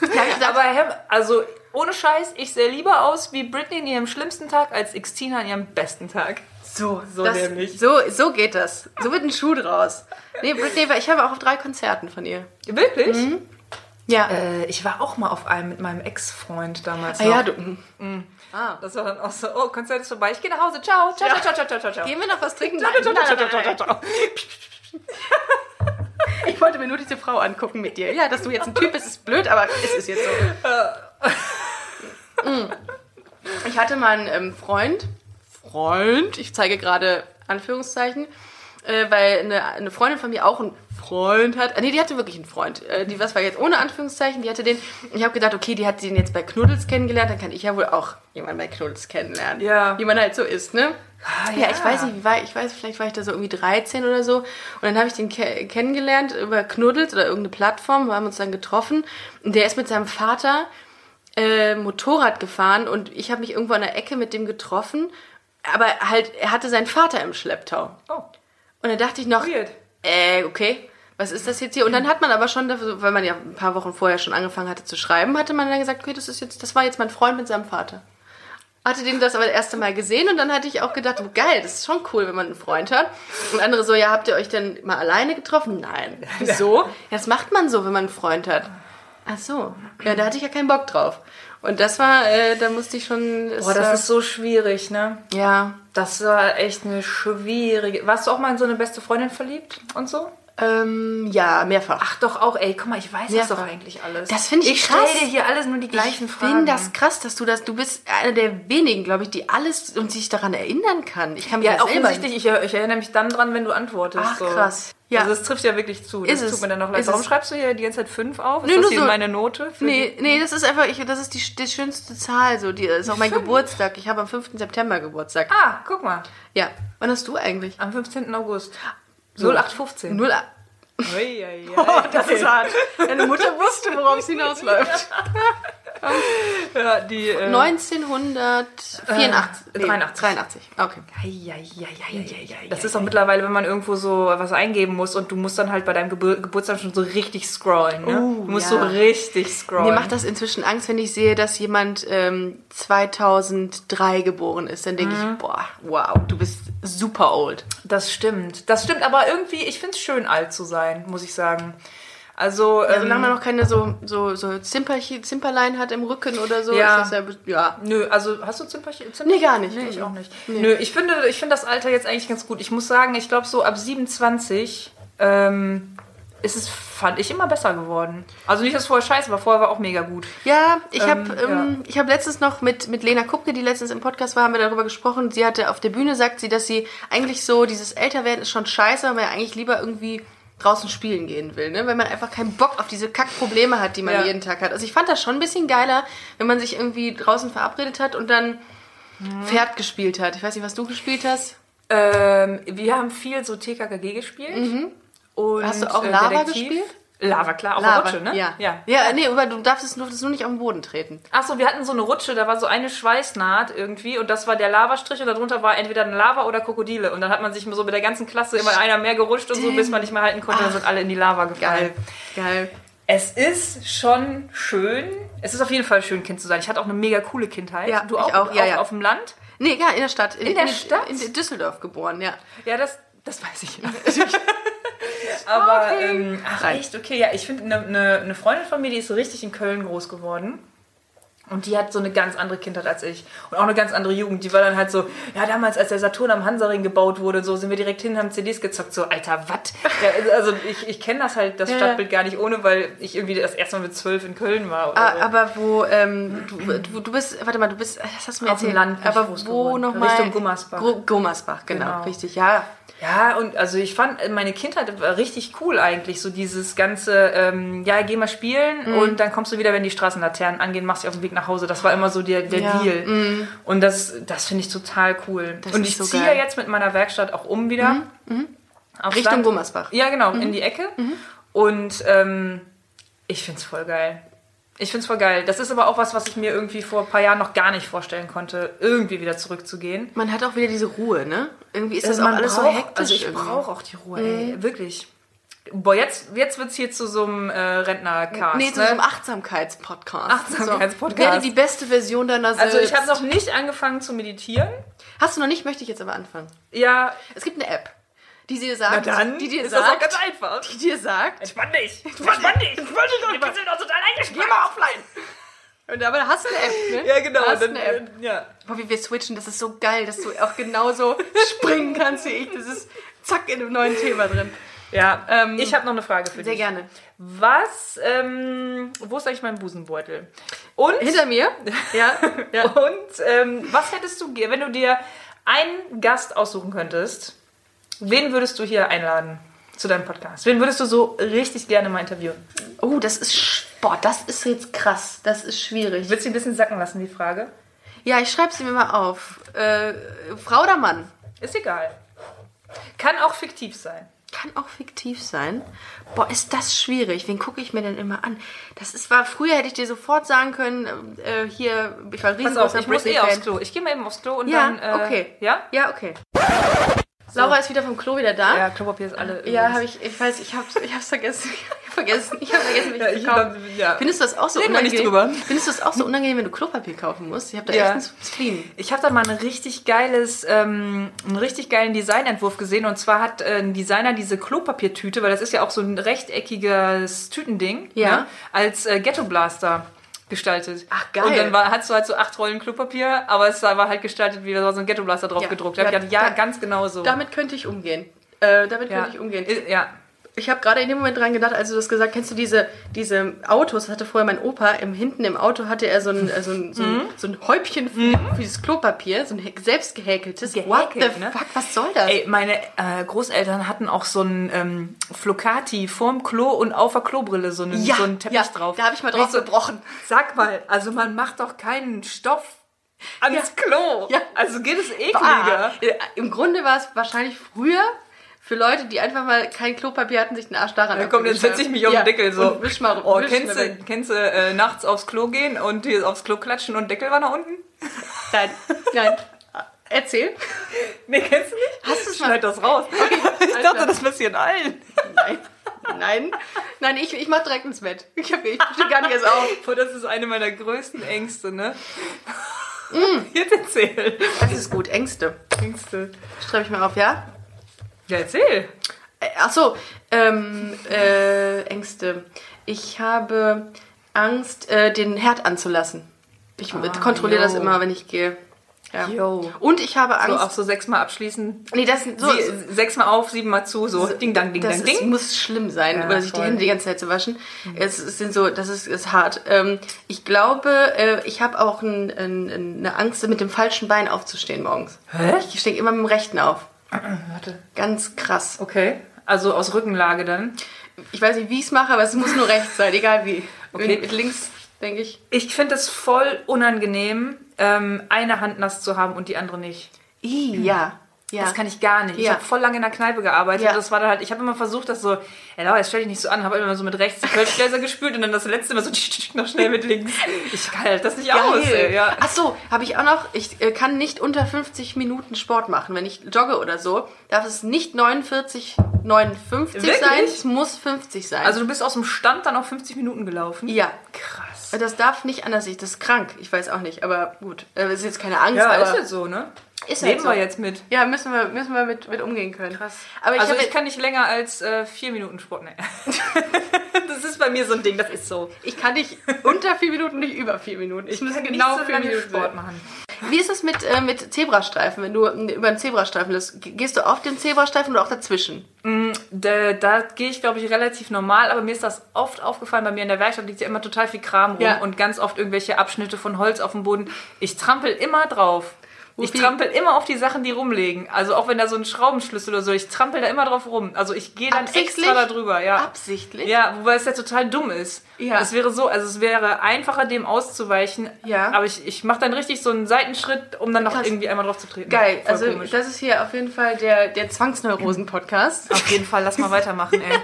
A: Da hab ich gedacht,
B: Aber Herr, also ohne Scheiß, ich sehe lieber aus wie Britney in ihrem schlimmsten Tag als Xtina an ihrem besten Tag. So, so
A: das,
B: nämlich.
A: so, so geht das. So wird ein Schuh draus. Nee, Britney, war- ich habe auch auf drei Konzerten von ihr.
B: Wirklich?
A: Ja.
B: Mhm. Äh, ich war auch mal auf einem mit meinem Ex-Freund damals.
A: ah
B: noch.
A: ja, du.
B: Das war dann auch so, oh, Konzert ist vorbei, ich gehe nach Hause. Ciao, ciao, ciao, ciao, ciao, ciao, ciao.
A: Gehen wir noch was trinken?
B: Ciao, ciao,
A: Nein,
B: ciao,
A: nein,
B: ciao,
A: nein,
B: ciao, ciao,
A: nein.
B: ciao.
A: Ich wollte mir nur diese Frau angucken mit dir. Ja, dass du jetzt ein Typ bist, ist blöd, aber es ist jetzt so. Mm. Ich hatte mal einen ähm, Freund. Freund? Ich zeige gerade Anführungszeichen. äh, weil eine, eine Freundin von mir auch einen Freund hat. Ah, Nee, die hatte wirklich einen Freund. Äh, die, was war jetzt ohne Anführungszeichen, die hatte den. Ich habe gedacht, okay, die hat den jetzt bei Knuddels kennengelernt, dann kann ich ja wohl auch jemanden bei Knuddels kennenlernen.
B: Ja.
A: Wie man halt so ist, ne? ja.
B: ja.
A: ich weiß nicht, wie war ich weiß, vielleicht war ich da so irgendwie 13 oder so. Und dann habe ich den ke kennengelernt über Knuddels oder irgendeine Plattform, wir haben uns dann getroffen. Und der ist mit seinem Vater äh, Motorrad gefahren und ich habe mich irgendwo an der Ecke mit dem getroffen. Aber halt, er hatte seinen Vater im Schlepptau.
B: Oh,
A: Und dann dachte ich noch,
B: weird.
A: äh, okay, was ist das jetzt hier? Und dann hat man aber schon, dafür- weil man ja ein paar Wochen vorher schon angefangen hatte zu schreiben, hatte man dann gesagt, okay, das ist jetzt, das war jetzt mein Freund mit seinem Vater. Hatte den das aber das erste Mal gesehen und dann hatte ich auch gedacht, oh, geil, das ist schon cool, wenn man einen Freund hat. Und andere so, ja, habt ihr euch denn mal alleine getroffen?
B: (laughs)
A: Nein. Wieso? Ja, das macht man so, wenn man einen Freund hat. Ach so. Ja, da hatte ich ja keinen Bock drauf. Und das war, äh, da musste ich schon.
B: Boah, Oh, das ist so schwierig, ne?
A: äh, ja.
B: Das war echt eine schwierige. Warst du auch mal in so eine beste Freundin verliebt und so?
A: Ähm, ja, mehrfach.
B: Ach doch auch, ey, guck mal, ich weiß das
A: Ja.
B: doch eigentlich alles.
A: Das finde ich
B: ich
A: krass.
B: stell dir hier alles nur die gleichen
A: ich
B: Fragen.
A: finde das krass, dass du das, du bist einer der wenigen, glaube ich, die alles und sich daran erinnern kann. Ich kann mich
B: ja,
A: ja, selber
B: offensichtlich, ich, ich erinnere mich dann dran, wenn du antwortest.
A: Ach,
B: so.
A: krass.
B: Ja.
A: Ja.
B: Also es trifft ja wirklich zu. Das
A: Ist
B: tut
A: es.
B: mir dann noch leid.
A: Ist
B: Warum
A: es.
B: schreibst du hier die ganze Zeit fünf auf? Ist
A: Nö,
B: das
A: nur
B: hier
A: so-
B: meine Note? Für
A: Nee, nee, das ist einfach, ich, das ist die, die schönste Zahl, so, die ist auch mein Geburtstag. Ich habe am 5. September Geburtstag.
B: Die? Ah, guck mal.
A: Ja, wann hast du eigentlich?
B: Am 15. August. 0815.
A: Null. Oh, (laughs)
B: Ui, ui, ui.
A: Das ist hart. Deine Mutter wusste, worauf es (laughs) hinausläuft.
B: ja, die, äh,
A: 1984.
B: Äh,
A: nee,
B: 83.
A: 83. Okay.
B: Eieieiei. Das ist doch mittlerweile, wenn man irgendwo so was eingeben muss und du musst dann halt bei deinem Gebur Geburtstag schon so richtig scrollen. Ne?
A: Uh,
B: du musst
A: ja.
B: so richtig scrollen.
A: Mir macht das inzwischen Angst, wenn ich sehe, dass jemand ähm, 2003 geboren ist. Dann denke ich, boah, wow, du bist super old.
B: Das stimmt. Das stimmt, aber irgendwie, ich finde es schön, alt zu sein, muss ich sagen. Also, ähm,
A: Solange man noch keine so, so, so Zimperchi, Zimperlein hat im Rücken oder so.
B: Ja.
A: Ist das ja, be- ja.
B: Nö, also hast du Zimperchen? Zimper
A: Nee, gar nicht.
B: Nee, ich auch nicht. Nö, ich finde, ich finde das Alter jetzt eigentlich ganz gut. Ich muss sagen, ich glaube, so ab 27 ähm, ist es, fand ich, immer besser geworden. Also nicht, dass es vorher scheiße war, vorher war auch mega gut.
A: Ja, ich habe
B: ja.
A: ähm, ich hab letztens noch mit, mit Lena Kupke, die letztens im Podcast war, haben wir darüber gesprochen. Sie hatte auf der Bühne, sagt sie, dass sie eigentlich so, dieses Älterwerden ist schon scheiße, weil man ja eigentlich lieber irgendwie draußen spielen gehen will, ne? wenn man einfach keinen Bock auf diese Kackprobleme hat, die man
B: Ja.
A: jeden Tag hat. Also ich fand das schon ein bisschen geiler, wenn man sich irgendwie draußen verabredet hat und dann
B: Mhm.
A: Pferd gespielt hat. Ich weiß nicht, was du gespielt hast.
B: Ähm, wir haben viel so TKKG gespielt. Und,
A: Mhm. Hast du auch
B: äh,
A: Lava
B: Detektiv.
A: gespielt?
B: Lava, klar, auf
A: Lava,
B: der Rutsche, ne?
A: Ja.
B: ja.
A: ja, nee, aber du darfst es, durftest nur nicht auf den Boden treten.
B: Achso, wir hatten so eine Rutsche, da war so eine Schweißnaht irgendwie und das war der Lavastrich und darunter war entweder ein Lava oder Krokodile. Und dann hat man sich so mit der ganzen Klasse immer einer mehr gerutscht und so, bis man nicht mehr halten konnte, dann sind alle in die Lava gefallen.
A: Geil. Geil.
B: Es ist schon schön. Es ist auf jeden Fall schön, Kind zu sein. Ich hatte auch eine mega coole Kindheit.
A: Ja,
B: du
A: ich
B: auch,
A: auch, ja,
B: auf,
A: ja.
B: auf dem Land.
A: Nee, ja, in der Stadt. In,
B: der
A: in-
B: Stadt?
A: In Düsseldorf geboren, ja.
B: Ja, das, das
A: (laughs)
B: weiß ich. Aber ähm, ach,
A: Nein.
B: echt, okay, ja, ich finde, eine ne, ne Freundin von mir, die ist so richtig in Köln groß geworden. Und die hat so eine ganz andere Kindheit als ich. Und auch eine ganz andere Jugend. Die war dann halt so, ja, damals, als der Saturn am Hansaring gebaut wurde, so sind wir direkt hin, haben CDs gezockt. So, alter, was? Ja, also ich, ich kenne das halt, das Stadtbild gar nicht ohne, weil ich irgendwie das erste Mal mit zwölf in Köln war. Oder so.
A: Ah, aber wo, ähm, du, du, du bist, warte mal, du bist, das hast du mir
B: Auf dem
A: erzählt.
B: Land bin ich
A: aber
B: groß
A: wo
B: geworden.
A: nochmal?
B: Richtung Gummersbach.
A: Gummersbach, genau,
B: Genau.
A: richtig, ja.
B: Ja, und also ich fand meine Kindheit war richtig cool eigentlich. So dieses ganze, ähm, ja, geh mal spielen
A: Mhm.
B: und dann kommst du wieder, wenn die Straßenlaternen angehen, machst dich auf den Weg nach Hause. Das war immer so der, der
A: Ja. Mhm.
B: Deal. Und das, das finde ich total cool.
A: Das
B: und
A: ist
B: ich
A: so
B: ziehe
A: geil. Mhm.
B: jetzt mit meiner Werkstatt auch um wieder. Aufs
A: Richtung
B: Land.
A: Gummersbach. Mhm.
B: Ja, genau, in die Ecke. Und ähm, ich find's voll geil. Ich find's voll geil. Das ist aber auch was, was ich mir irgendwie vor ein paar Jahren noch gar nicht vorstellen konnte, irgendwie wieder zurückzugehen.
A: Man hat auch wieder diese Ruhe, ne? Irgendwie ist das
B: Also
A: auch
B: man
A: alles so
B: braucht-
A: hektisch.
B: Also ich
A: irgendwie. Mhm.
B: brauche auch die Ruhe, ey. Wirklich. Boah, jetzt, jetzt wird's hier zu so einem äh, Rentner-Cast.
A: Nee, zu so
B: ne?
A: einem Achtsamkeitspodcast.
B: Achtsamkeitspodcast.
A: So, werde die beste Version deiner selbst.
B: Also ich habe noch nicht angefangen zu meditieren.
A: Hast du noch nicht, möchte ich jetzt aber anfangen.
B: Ja,
A: Es gibt eine App, die dir sagt, die dir
B: ist das auch
A: sagt,
B: ganz einfach.
A: die dir sagt,
B: Entspann
A: (laughs)
B: dich. Entspann dich. Entspann dich doch. Ich bin doch total eingespannt. Geh mal offline.
A: und dabei hast du eine App, ne?
B: Ja, genau.
A: Hast
B: Dann,
A: eine App.
B: äh, ja.
A: Boah, wie wir switchen, das ist so geil, dass du auch genauso (laughs) springen kannst wie ich. Das ist zack in einem neuen Thema drin.
B: ja ich habe noch eine Frage für
A: Sehr
B: dich.
A: gerne.
B: Was, ähm, wo ist eigentlich mein Busenbeutel? Und
A: Hinter mir? Ja.
B: (laughs)
A: ja.
B: Und ähm, was hättest du, ge- wenn du dir einen Gast aussuchen könntest, Wen würdest du hier einladen zu deinem Podcast? Wen würdest du so richtig gerne mal interviewen?
A: Oh, das ist Sport. Das ist jetzt krass. Das ist schwierig.
B: Willst du ein bisschen sacken lassen, die Frage?
A: Ja, ich schreibe sie mir mal auf. Äh, Frau oder Mann?
B: Ist egal. Kann auch fiktiv sein.
A: Kann auch fiktiv sein. Boah, ist das schwierig. Wen gucke ich mir denn immer an? Das ist, war, früher hätte ich dir sofort sagen können, äh, hier, ich war
B: Pass auf,
A: riesengroßer
B: ich muss eh aufs
A: Britney-Fan.
B: Klo. Ich gehe mal eben aufs Klo und
A: Ja,
B: dann. Äh,
A: okay.
B: Ja?
A: Ja, okay. Laura ist wieder vom Klo wieder da.
B: Ja, Klopapier ist alle.
A: Ja,
B: übrigens.
A: habe ich, ich weiß, ich habe ich hab's vergessen. (laughs) Ich habe vergessen, ich habe vergessen, mich
B: Ja,
A: zu
B: ich
A: kaufen.
B: glaub, ja.
A: Findest du das auch so
B: Reden wir nicht
A: unangenehm?
B: drüber.
A: Findest du das auch
B: (laughs)
A: so unangenehm, wenn du Klopapier kaufen musst? Ich habe da
B: Ja.
A: echt einen Spleen.
B: Ich habe da mal ein richtig geiles, ähm, einen richtig geilen Designentwurf gesehen. Und zwar hat äh, ein Designer diese Klopapiertüte, weil das ist ja auch so ein rechteckiges Tütending,
A: Ja.
B: ne, als äh, Ghetto Blaster gestaltet.
A: Ach, geil.
B: Und dann war, hattest du halt so acht Rollen Klopapier, aber es war halt gestaltet, wie da war so ein Ghetto Blaster drauf
A: Ja.
B: gedruckt. Da hab
A: Ja,
B: ich gedacht, ja,
A: da-
B: ganz genau so.
A: Damit könnte ich umgehen. Äh, damit
B: ja.
A: könnte ich umgehen.
B: Äh, Ja.
A: Ich habe gerade in dem Moment dran gedacht, als du das gesagt kennst du diese, diese Autos, das hatte vorher mein Opa, im, hinten im Auto hatte er so ein, äh, so ein, so
B: Mhm.
A: ein, so ein Häubchen für, für dieses Klopapier, so ein hä- selbst gehäkeltes. What
B: Gehäkelt,
A: the
B: ne?
A: fuck, was soll das?
B: Ey, meine äh, Großeltern hatten auch so ein ähm, Flocati vorm Klo und auf der Klobrille so einen, so einen Teppich
A: ja,
B: drauf.
A: da habe ich mal
B: Und
A: drauf
B: so,
A: gebrochen.
B: Sag mal, also man macht doch keinen Stoff ans Klo.
A: Ja.
B: Also geht es ekliger.
A: Bah. Äh, Im Grunde war es wahrscheinlich früher für Leute, die einfach mal kein Klopapier hatten, sich den Arsch daran
B: Dann kommt, dann setze ich mich auf den Deckel so.
A: Und wisch mal
B: oh,
A: wisch
B: kennst
A: mal
B: du,
A: weg.
B: kennst du äh, nachts aufs Klo gehen und hier aufs Klo klatschen und Deckel war nach unten?
A: Nein, nein. Erzähl.
B: Nee, kennst du nicht?
A: Hast du es mal?
B: Schneid das raus. (laughs) ich
A: alles klar.
B: dachte, das passiert allen.
A: Nein. Nein, nein ich, ich mach direkt ins Bett. Ich, hab- ich stehe gar nicht erst auf.
B: Boah, das ist eine meiner größten Ängste, ne? (laughs) Jetzt erzähl.
A: Das ist gut, Ängste.
B: Ängste.
A: Schreibe ich mal auf, ja?
B: Ja, erzähl.
A: Äh, Ach so, ähm, äh, Ängste. Ich habe Angst, äh, den Herd anzulassen. Ich äh, kontrolliere das
B: Ah, jo.
A: immer, wenn ich gehe. Ja.
B: Jo.
A: Und ich habe
B: So,
A: Angst.
B: auch so sechsmal abschließen.
A: nee, das so,
B: Sie- sechsmal auf, siebenmal zu, so. Ding, dang, ding,
A: das
B: dang,
A: ist,
B: ding.
A: muss schlimm sein,
B: Ja,
A: oder sich die
B: voll. Mhm.
A: Hände die ganze Zeit zu waschen. Es, es sind so, das ist, ist hart. Ähm, ich glaube, äh, ich habe auch ein, ein, eine Angst, mit dem falschen Bein aufzustehen morgens.
B: Hä?
A: Ich stehe immer mit dem rechten auf.
B: Warte.
A: Ganz krass.
B: Okay. Also aus Rückenlage dann.
A: Ich weiß nicht, wie ich es mache, aber es muss nur rechts sein, egal wie.
B: Okay.
A: Mit, mit links, denke ich.
B: Ich finde es voll unangenehm, ähm, eine Hand nass zu haben und die andere nicht.
A: I, ja. ja.
B: Das kann ich gar nicht. Ich
A: Ja.
B: habe voll lange in der Kneipe gearbeitet.
A: Ja.
B: Das war dann halt, ich habe immer versucht, das so, ey Laura, jetzt stell dich nicht so an, habe immer so mit rechts die Kölschgläser (laughs) gespült und dann das letzte Mal so tsch, tsch, tsch, noch schnell mit links. Ich halte das nicht aus, ey. Ja.
A: Ach so, habe ich auch noch. Ich äh, kann nicht unter 50 Minuten Sport machen. Wenn ich jogge oder so, darf es nicht 49, 59 sein.
B: Wirklich?
A: Es muss 50 sein.
B: Also du bist aus dem Stand dann auch 50 Minuten gelaufen.
A: ja,
B: Krass.
A: das darf nicht anders. Ich, das ist krank. Ich weiß auch nicht, aber gut. Äh, ist jetzt keine Angst.
B: Ja,
A: aber
B: ist jetzt so, ne?
A: Ist halt
B: Leben
A: so.
B: wir jetzt mit.
A: Ja, müssen wir, müssen wir mit, mit umgehen können. Aber ich
B: also
A: habe
B: ich kann nicht länger als äh, vier Minuten Sport. Nee. (laughs) das ist bei mir so ein Ding, das ist so.
A: Ich kann
B: (laughs)
A: nicht unter vier Minuten, nicht über vier Minuten. Ich muss
B: kann nicht
A: genau
B: so
A: vier
B: lange
A: Minuten
B: Sport
A: Sport
B: machen.
A: machen. Wie ist es mit, äh, mit Zebrastreifen, wenn du m, über einen Zebrastreifen lässt? Ge- Gehst du auf den Zebrastreifen oder auch dazwischen?
B: Da, da gehe ich, glaube ich, relativ normal, aber mir ist das oft aufgefallen. Bei mir in der Werkstatt liegt ja immer total viel Kram rum
A: Ja.
B: und ganz oft irgendwelche Abschnitte von Holz auf dem Boden. Ich trampel immer drauf. Ich
A: Wuffi.
B: trampel immer auf die Sachen, die rumliegen. Also auch wenn da so ein Schraubenschlüssel oder so, ich trampel da immer drauf rum. Also ich gehe dann
A: Absichtlich?
B: extra da drüber, ja.
A: Absichtlich?
B: Ja, wobei es ja total dumm ist.
A: Ja.
B: Es wäre so, also es wäre einfacher, dem auszuweichen.
A: Ja.
B: Aber ich, ich mache dann richtig so einen Seitenschritt, um dann noch
A: Krass.
B: irgendwie einmal drauf zu treten.
A: Geil.
B: Voll
A: also
B: komisch.
A: das ist hier auf jeden Fall der, der Zwangsneurosen-Podcast. (laughs)
B: Auf jeden Fall, lass mal weitermachen, ey.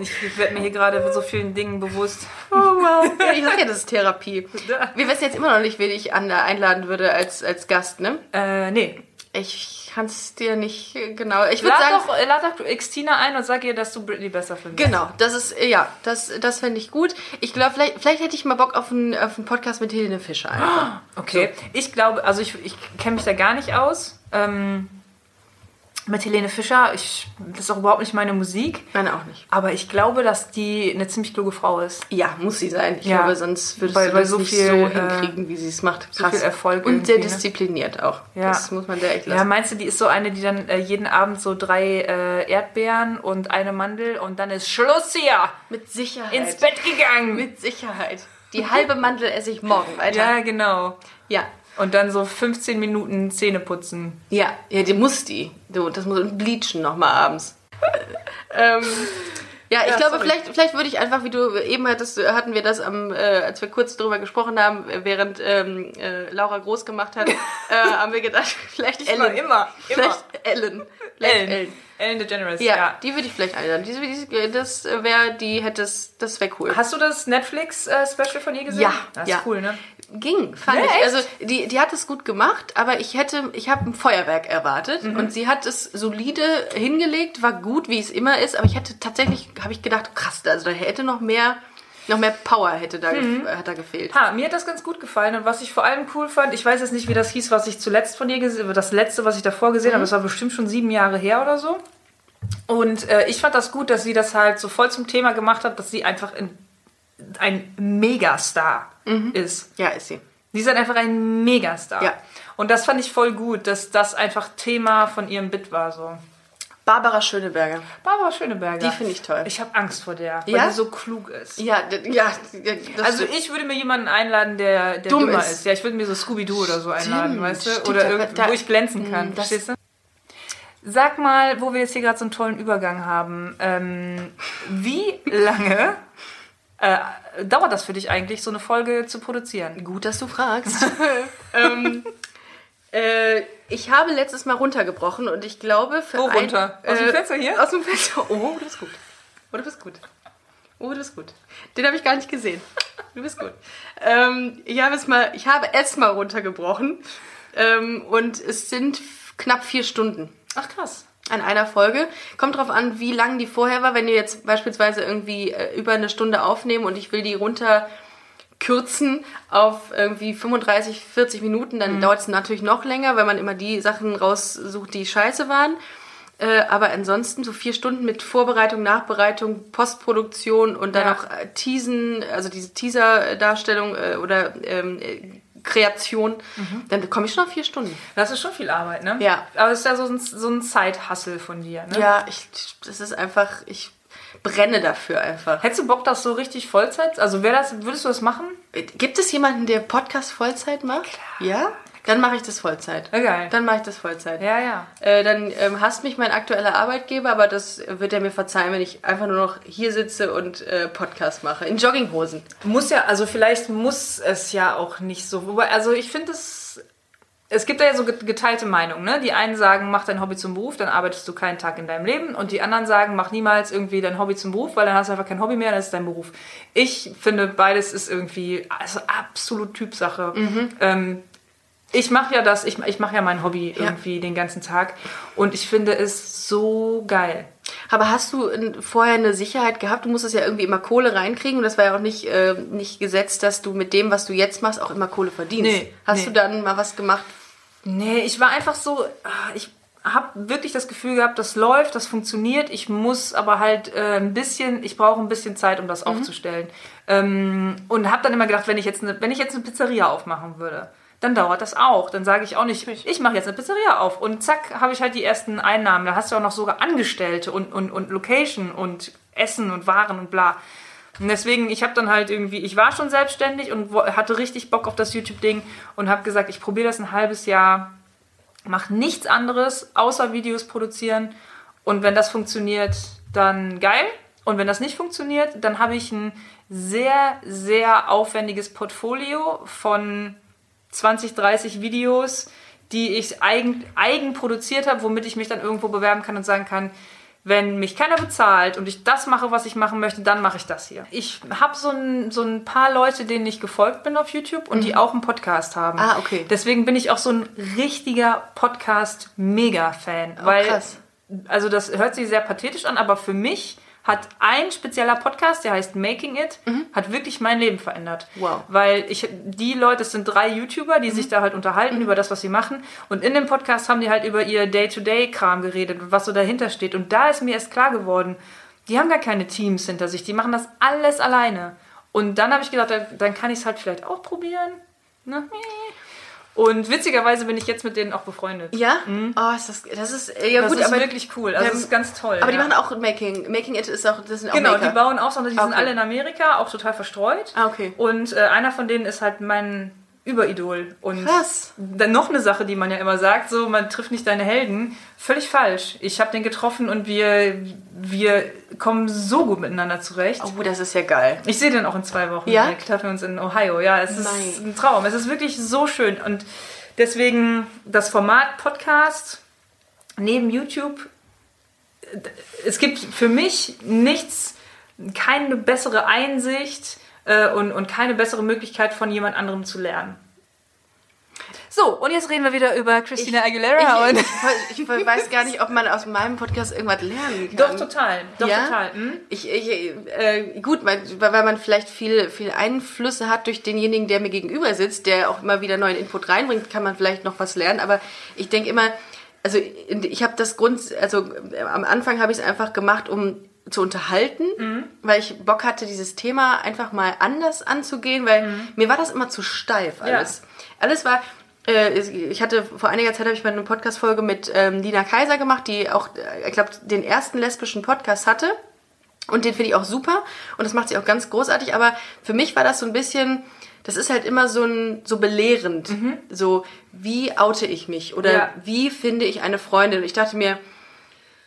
B: Ich, ich werde mir hier gerade mit so vielen Dingen bewusst.
A: Ja, ich sag ja, das ist Therapie. Wir wissen jetzt immer noch nicht, wen ich an, äh, einladen würde als, als Gast, ne?
B: Äh, nee.
A: Ich kann es dir nicht äh, genau. Ich würde
B: Lad
A: sagen.
B: doch, äh, lad doch Xtina ein und sag ihr, dass du Britney besser findest.
A: Genau, das ist, äh, ja, das, das fände ich gut. Ich glaube, vielleicht, vielleicht hätte ich mal Bock auf einen, auf einen Podcast mit Helene Fischer. Einfach.
B: Okay. Ich glaube, also ich, ich kenne mich da gar nicht aus. Ähm, mit Helene Fischer, ich, das ist auch überhaupt nicht meine Musik.
A: Nein, auch nicht.
B: Aber ich glaube, dass die eine ziemlich kluge Frau ist.
A: Ja, muss sie sein. Ich
B: Ja.
A: glaube, sonst würdest
B: Bei-
A: du
B: bei
A: das
B: so
A: nicht
B: viel,
A: so
B: äh,
A: hinkriegen, wie sie es macht.
B: so viel Erfolg
A: Und sehr
B: irgendwie, ne?
A: diszipliniert auch.
B: Ja.
A: Das muss man sehr echt
B: Ja,
A: lassen.
B: meinst du, die ist so eine, die dann äh, jeden Abend so drei äh, Erdbeeren und eine Mandel und dann ist Schluss hier
A: mit Sicherheit.
B: ins Bett gegangen?
A: Mit Sicherheit. Die halbe Mandel esse ich morgen weiter.
B: Ja, genau.
A: Ja.
B: Und dann so 15 Minuten Zähne putzen.
A: Ja, ja, die muss die. Du, das muss und bleachen nochmal abends. (laughs) ähm, ja, ich
B: Ja,
A: glaube,
B: sorry.
A: vielleicht, vielleicht würde ich einfach, wie du eben hattest, hatten wir das, am, äh, als wir kurz drüber gesprochen haben, während ähm, äh, Laura groß gemacht
B: (laughs)
A: hat, äh, haben wir gedacht, (laughs) vielleicht Ellen.
B: immer,
A: Vielleicht Ellen. Vielleicht
B: Ellen. Ellen. DeGeneres,
A: Ja,
B: ja.
A: die würde ich vielleicht einladen. Die, die, das wäre, die hätte es, das wäre cool.
B: Hast du das Netflix-Special von ihr gesehen?
A: Ja,
B: Das ist
A: ja.
B: cool, ne?
A: Ging, fand
B: Ja,
A: ich.
B: echt?
A: Also die, die hat es gut gemacht, aber ich hätte, ich habe ein Feuerwerk erwartet und sie hat es solide hingelegt, war gut, wie es immer ist, aber ich hätte tatsächlich, habe ich gedacht, krass, also da hätte noch mehr, noch mehr Power hätte da, gef- hat da gefehlt.
B: Ha, mir hat das ganz gut gefallen und was ich vor allem cool fand, ich weiß jetzt nicht, wie das hieß, was ich zuletzt von dir gesehen habe, das letzte, was ich davor gesehen habe, das war bestimmt schon sieben Jahre her oder so. Und äh, ich fand das gut, dass sie das halt so voll zum Thema gemacht hat, dass sie einfach in, ein Megastar ist.
A: Ja, ist sie.
B: Sie ist halt einfach ein Megastar.
A: Ja.
B: Und das fand ich voll gut, dass das einfach Thema von ihrem Bit war so.
A: Barbara Schöneberger.
B: Barbara Schöneberger.
A: Die finde ich toll.
B: Ich habe Angst vor der, weil
A: Ja?
B: die so klug ist.
A: Ja, d- ja, d- das
B: Also ich würde mir jemanden einladen, der, der
A: Dumm
B: dummer
A: ist.
B: ist. Ja, ich würde mir so Scooby-Doo oder so einladen, weißt du?
A: stimmt,
B: oder
A: da-
B: irgend,
A: da-
B: wo ich glänzen kann,
A: Mm, das-
B: verstehst du? Hm, Sag mal, wo wir jetzt hier gerade so einen tollen Übergang haben. Ähm, wie lange äh, dauert das für dich eigentlich, so eine Folge zu produzieren?
A: gut, dass du fragst. (laughs) ähm, äh, ich habe letztes Mal runtergebrochen und ich glaube für
B: Wo
A: ein- äh,
B: runter? Aus dem Fenster hier?
A: Oh, Aus dem Fenster. Oh, du bist gut. Oh, du bist gut. Oh, du bist gut. Den habe ich gar nicht gesehen. Du bist gut. Ähm, ich habe es mal, ich habe es mal runtergebrochen ähm, und es sind f- knapp vier Stunden
B: Ach krass.
A: an einer Folge. Kommt drauf an, wie lang die vorher war. Wenn ihr jetzt beispielsweise irgendwie äh, über eine Stunde aufnehmen und ich will die runterkürzen auf irgendwie 35, 40 Minuten, dann dauert es natürlich noch länger, weil man immer die Sachen raussucht, die scheiße waren. Äh, aber ansonsten so vier Stunden mit Vorbereitung, Nachbereitung, Postproduktion und dann
B: Ja.
A: noch äh, Teasen, also diese Teaser-Darstellung äh, oder ähm, äh, Kreation, dann komme ich schon auf vier Stunden.
B: Das ist schon viel Arbeit, ne?
A: Ja.
B: Aber es ist ja so ein, so ein Side-Hustle von dir, ne?
A: Ja, ich, das ist einfach, ich brenne dafür einfach.
B: Hättest du Bock, das so richtig Vollzeit? Also wär das, würdest du das machen?
A: Gibt es jemanden, der Podcast Vollzeit macht? Ja? Dann mache ich das Vollzeit.
B: Ja, geil.
A: Dann mache ich das Vollzeit.
B: Ja, ja.
A: Äh, dann ähm, hasst mich mein aktueller Arbeitgeber, aber das wird er mir verzeihen, wenn ich einfach nur noch hier sitze und äh, Podcast mache. In Jogginghosen.
B: Muss ja, also vielleicht muss es ja auch nicht so. Wobei, also ich finde es. Es gibt da ja so get- geteilte Meinungen, ne? Die einen sagen, mach dein Hobby zum Beruf, dann arbeitest du keinen Tag in deinem Leben. Und die anderen sagen, mach niemals irgendwie dein Hobby zum Beruf, weil dann hast du einfach kein Hobby mehr, dann ist es dein Beruf. Ich finde, beides ist irgendwie also absolut Typsache. Ähm, ich mache ja das, ich, ich mache ja mein Hobby irgendwie den ganzen Tag. Und ich finde es so geil.
A: Aber hast du in- vorher eine Sicherheit gehabt? Du musstest ja irgendwie immer Kohle reinkriegen und das war ja auch nicht, äh, nicht gesetzt, dass du mit dem, was du jetzt machst, auch immer Kohle verdienst.
B: Nee,
A: hast
B: nee.
A: du dann mal was gemacht?
B: Nee, ich war einfach so, ah, ich habe wirklich das Gefühl gehabt, das läuft, das funktioniert. Ich muss aber halt äh, ein bisschen, ich brauche ein bisschen Zeit, um das aufzustellen. Ähm, und habe dann immer gedacht, wenn ich, jetzt eine, wenn ich jetzt eine Pizzeria aufmachen würde, dann dauert das auch. Dann sage ich auch nicht, ich mache jetzt eine Pizzeria auf. Und zack, habe ich halt die ersten Einnahmen. Da hast du auch noch sogar Angestellte und, und, und Location und Essen und Waren und bla. Und deswegen, ich habe dann halt irgendwie, ich war schon selbstständig und wo- hatte richtig Bock auf das YouTube-Ding und habe gesagt, ich probiere das ein halbes Jahr, mach nichts anderes, außer Videos produzieren. Und wenn das funktioniert, dann geil. Und wenn das nicht funktioniert, dann habe ich ein sehr, sehr aufwendiges Portfolio von 20, 30 Videos, die ich eigen, eigen produziert habe, womit ich mich dann irgendwo bewerben kann und sagen kann, wenn mich keiner bezahlt und ich das mache, was ich machen möchte, dann mache ich das hier. Ich habe so ein, so ein paar Leute, denen ich gefolgt bin auf YouTube und die auch einen Podcast haben.
A: Mhm. Ah, okay.
B: Deswegen bin ich auch so ein richtiger Podcast-Mega-Fan. weil,
A: Oh, krass.
B: also das hört sich sehr pathetisch an, aber für mich hat ein spezieller Podcast, der heißt Making It, hat wirklich mein Leben verändert.
A: Mhm. Wow. Mhm.
B: Weil ich, die Leute, es sind drei YouTuber, die sich da halt unterhalten über das, was sie machen. Und in dem Podcast haben die halt über ihr Day-to-Day-Kram geredet und was so dahinter steht. Und da ist mir erst klar geworden, die haben gar keine Teams hinter sich, die machen das alles alleine. Und dann habe ich gedacht, dann- dann kann ich es halt vielleicht auch probieren. Ne? Und witzigerweise bin ich jetzt mit denen auch befreundet.
A: Ja? Oh, ist das, das ist, ja
B: Mhm. das
A: gut,
B: ist
A: aber
B: wirklich cool. Also,
A: Ähm,
B: das ist ganz toll.
A: Aber die
B: ja.
A: machen auch Making. Making It ist auch, das sind auch
B: Genau,
A: Maker.
B: die bauen auch, sondern die
A: Ah, Okay.
B: sind alle in Amerika, auch total verstreut.
A: Ah, okay.
B: Und äh, einer von denen ist halt mein Überidol. Und
A: Krass.
B: dann noch eine Sache, die man ja immer sagt, so man trifft nicht deine Helden. Völlig falsch. Ich habe den getroffen und wir, wir kommen so gut miteinander zurecht.
A: Oh, das ist ja geil.
B: Ich sehe den auch in zwei Wochen.
A: Ja?
B: Dann Treffen wir uns in Ohio. Ja, es ist
A: Nein.
B: ein Traum. Es ist wirklich so schön. Und deswegen das Format Podcast neben YouTube. Es gibt für mich nichts, keine bessere Einsicht äh, und, und keine bessere Möglichkeit, von jemand anderem zu lernen. So, und jetzt reden wir wieder über Christina Aguilera.
A: Ich,
B: und
A: ich, ich weiß gar nicht, ob man aus meinem Podcast irgendwas lernen kann.
B: doch, total. Doch,
A: Ja?
B: total. Hm?
A: Ich, ich, äh, gut, mein, weil weil man vielleicht viel, viel Einflüsse hat durch denjenigen, der mir gegenüber sitzt, der auch immer wieder neuen Input reinbringt, kann man vielleicht noch was lernen. Aber ich denke immer, also in- ich habe das Grund, also äh, am Anfang habe ich es einfach gemacht, um zu unterhalten, weil ich Bock hatte, dieses Thema einfach mal anders anzugehen, weil mir war das immer zu steif alles. Alles war, äh, ich hatte vor einiger Zeit habe ich mal eine Podcast-Folge mit ähm, Lina Kaiser gemacht, die auch, äh, ich glaube, den ersten lesbischen Podcast hatte. Und den finde ich auch super und das macht sie auch ganz großartig. Aber für mich war das so ein bisschen, das ist halt immer so ein so belehrend. So, wie oute ich mich oder
B: Mhm. Ja.
A: wie finde ich eine Freundin? Und ich dachte mir,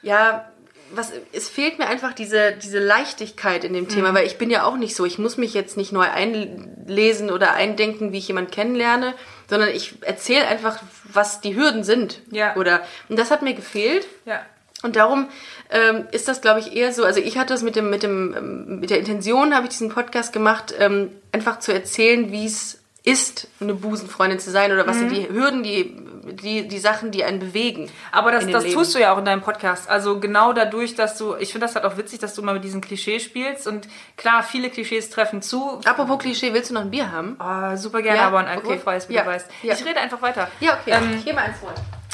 A: ja, was, es fehlt mir einfach diese, diese Leichtigkeit in dem Thema,
B: Mhm.
A: weil ich bin ja auch nicht so. Ich muss mich jetzt nicht neu einlesen oder eindenken, wie ich jemanden kennenlerne, sondern ich erzähle einfach, was die Hürden sind.
B: Ja.
A: Oder, und das hat mir gefehlt.
B: Ja.
A: Und darum ähm, ist das, glaube ich, eher so. Also ich hatte es mit dem, mit dem, ähm, mit der Intention habe ich diesen Podcast gemacht, ähm, einfach zu erzählen, wie es ist, eine Busenfreundin zu sein oder was
B: Mhm.
A: sind die Hürden, die, die, die Sachen, die einen bewegen.
B: Aber das,
A: in dem
B: das
A: Leben.
B: tust du ja auch in deinem Podcast. Also genau dadurch, dass du, ich finde das halt auch witzig, dass du mal mit diesen Klischees spielst. Und klar, viele Klischees treffen zu.
A: Apropos Klischee, willst du noch ein Bier haben?
B: Ah, super gerne,
A: Ah. Ja,
B: aber ein
A: okay.
B: alkoholfreies, wie
A: Ja,
B: du weißt.
A: ja.
B: Ich rede einfach weiter.
A: Ja, okay.
B: Ähm,
A: Hier mal eins vor.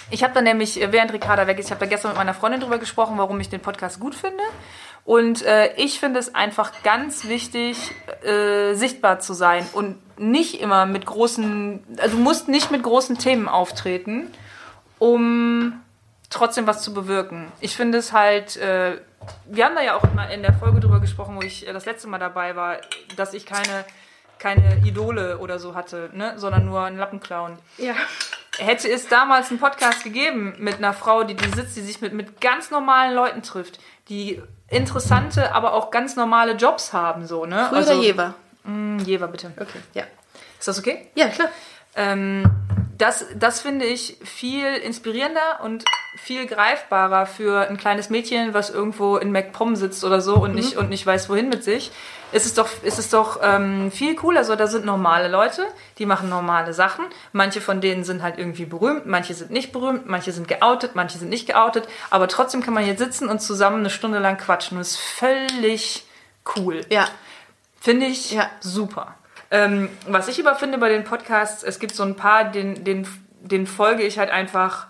B: ich habe da nämlich, äh, während Ricarda weg ist, ich habe da gestern mit meiner Freundin drüber gesprochen, warum ich den Podcast gut finde. Und äh, ich finde es einfach ganz wichtig, äh, sichtbar zu sein und nicht immer mit großen, also du musst nicht mit großen Themen auftreten, um trotzdem was zu bewirken. Ich finde es halt, äh, wir haben da ja auch mal in der Folge drüber gesprochen, wo ich äh, das letzte Mal dabei war, dass ich keine, keine Idole oder so hatte, ne? sondern nur einen Lappenclown.
A: Ja.
B: Hätte es damals einen Podcast gegeben mit einer Frau, die, die sitzt, die sich mit, mit ganz normalen Leuten trifft, die interessante, aber auch ganz normale Jobs haben, so, ne?
A: Früher oder Jever?
B: Mh, Jever, bitte.
A: Okay. Ja.
B: Ist das okay?
A: Ja, klar.
B: Ähm, das, das finde ich viel inspirierender und viel greifbarer für ein kleines Mädchen, was irgendwo in MacPom sitzt oder so und, nicht, und nicht weiß, wohin mit sich. Ist es doch, ist es doch ähm, viel cooler. So, da sind normale Leute, die machen normale Sachen. Manche von denen sind halt irgendwie berühmt, manche sind nicht berühmt, manche sind geoutet, manche sind nicht geoutet. Aber trotzdem kann man jetzt sitzen und zusammen eine Stunde lang quatschen. Das ist völlig cool.
A: Ja.
B: Finde ich
A: Ja.
B: super. Ähm, was ich aber finde bei den Podcasts, es gibt so ein paar, den, den, den folge ich halt einfach.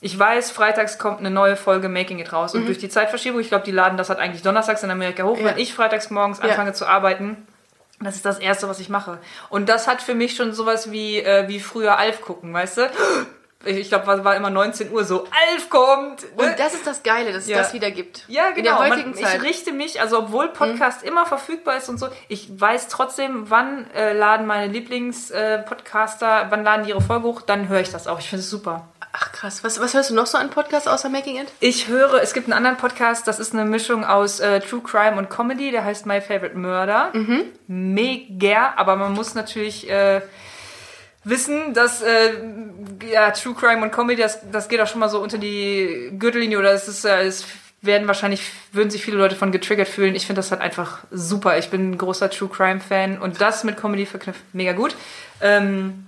B: Ich weiß, freitags kommt eine neue Folge Making It raus. Und durch die Zeitverschiebung, ich glaube, die laden das halt eigentlich donnerstags in Amerika hoch.
A: Mhm. Ja.
B: Wenn ich freitags morgens
A: Ja.
B: anfange zu arbeiten, das ist das Erste, was ich mache. Und das hat für mich schon sowas wie, äh, wie früher Alf gucken, weißt du? Ich, ich glaube, war, war immer 19 Uhr so, Alf kommt! ne?
A: Und das ist das Geile, dass es
B: Ja.
A: das wieder gibt.
B: Ja,
A: In
B: genau.
A: der heutigen
B: Man,
A: Zeit. Mhm.
B: Ich richte mich, also obwohl Podcast immer verfügbar ist und so, ich weiß trotzdem, wann äh, laden meine Lieblingspodcaster, äh, Podcaster, wann laden die ihre Folge hoch, dann höre ich das auch. Ich finde es super.
A: Ach krass. Was, was hörst du noch so an Podcasts außer Making It?
B: Ich höre, es gibt einen anderen Podcast, das ist eine Mischung aus äh, True Crime und Comedy, der heißt My Favorite Murder. Mega, aber man muss natürlich äh, wissen, dass äh, ja, True Crime und Comedy, das, das geht auch schon mal so unter die Gürtellinie oder es ist, äh, es werden wahrscheinlich, würden sich viele Leute von getriggert fühlen. Ich finde das halt einfach super. Ich bin ein großer True Crime Fan und das mit Comedy verknüpft mega gut. Ähm,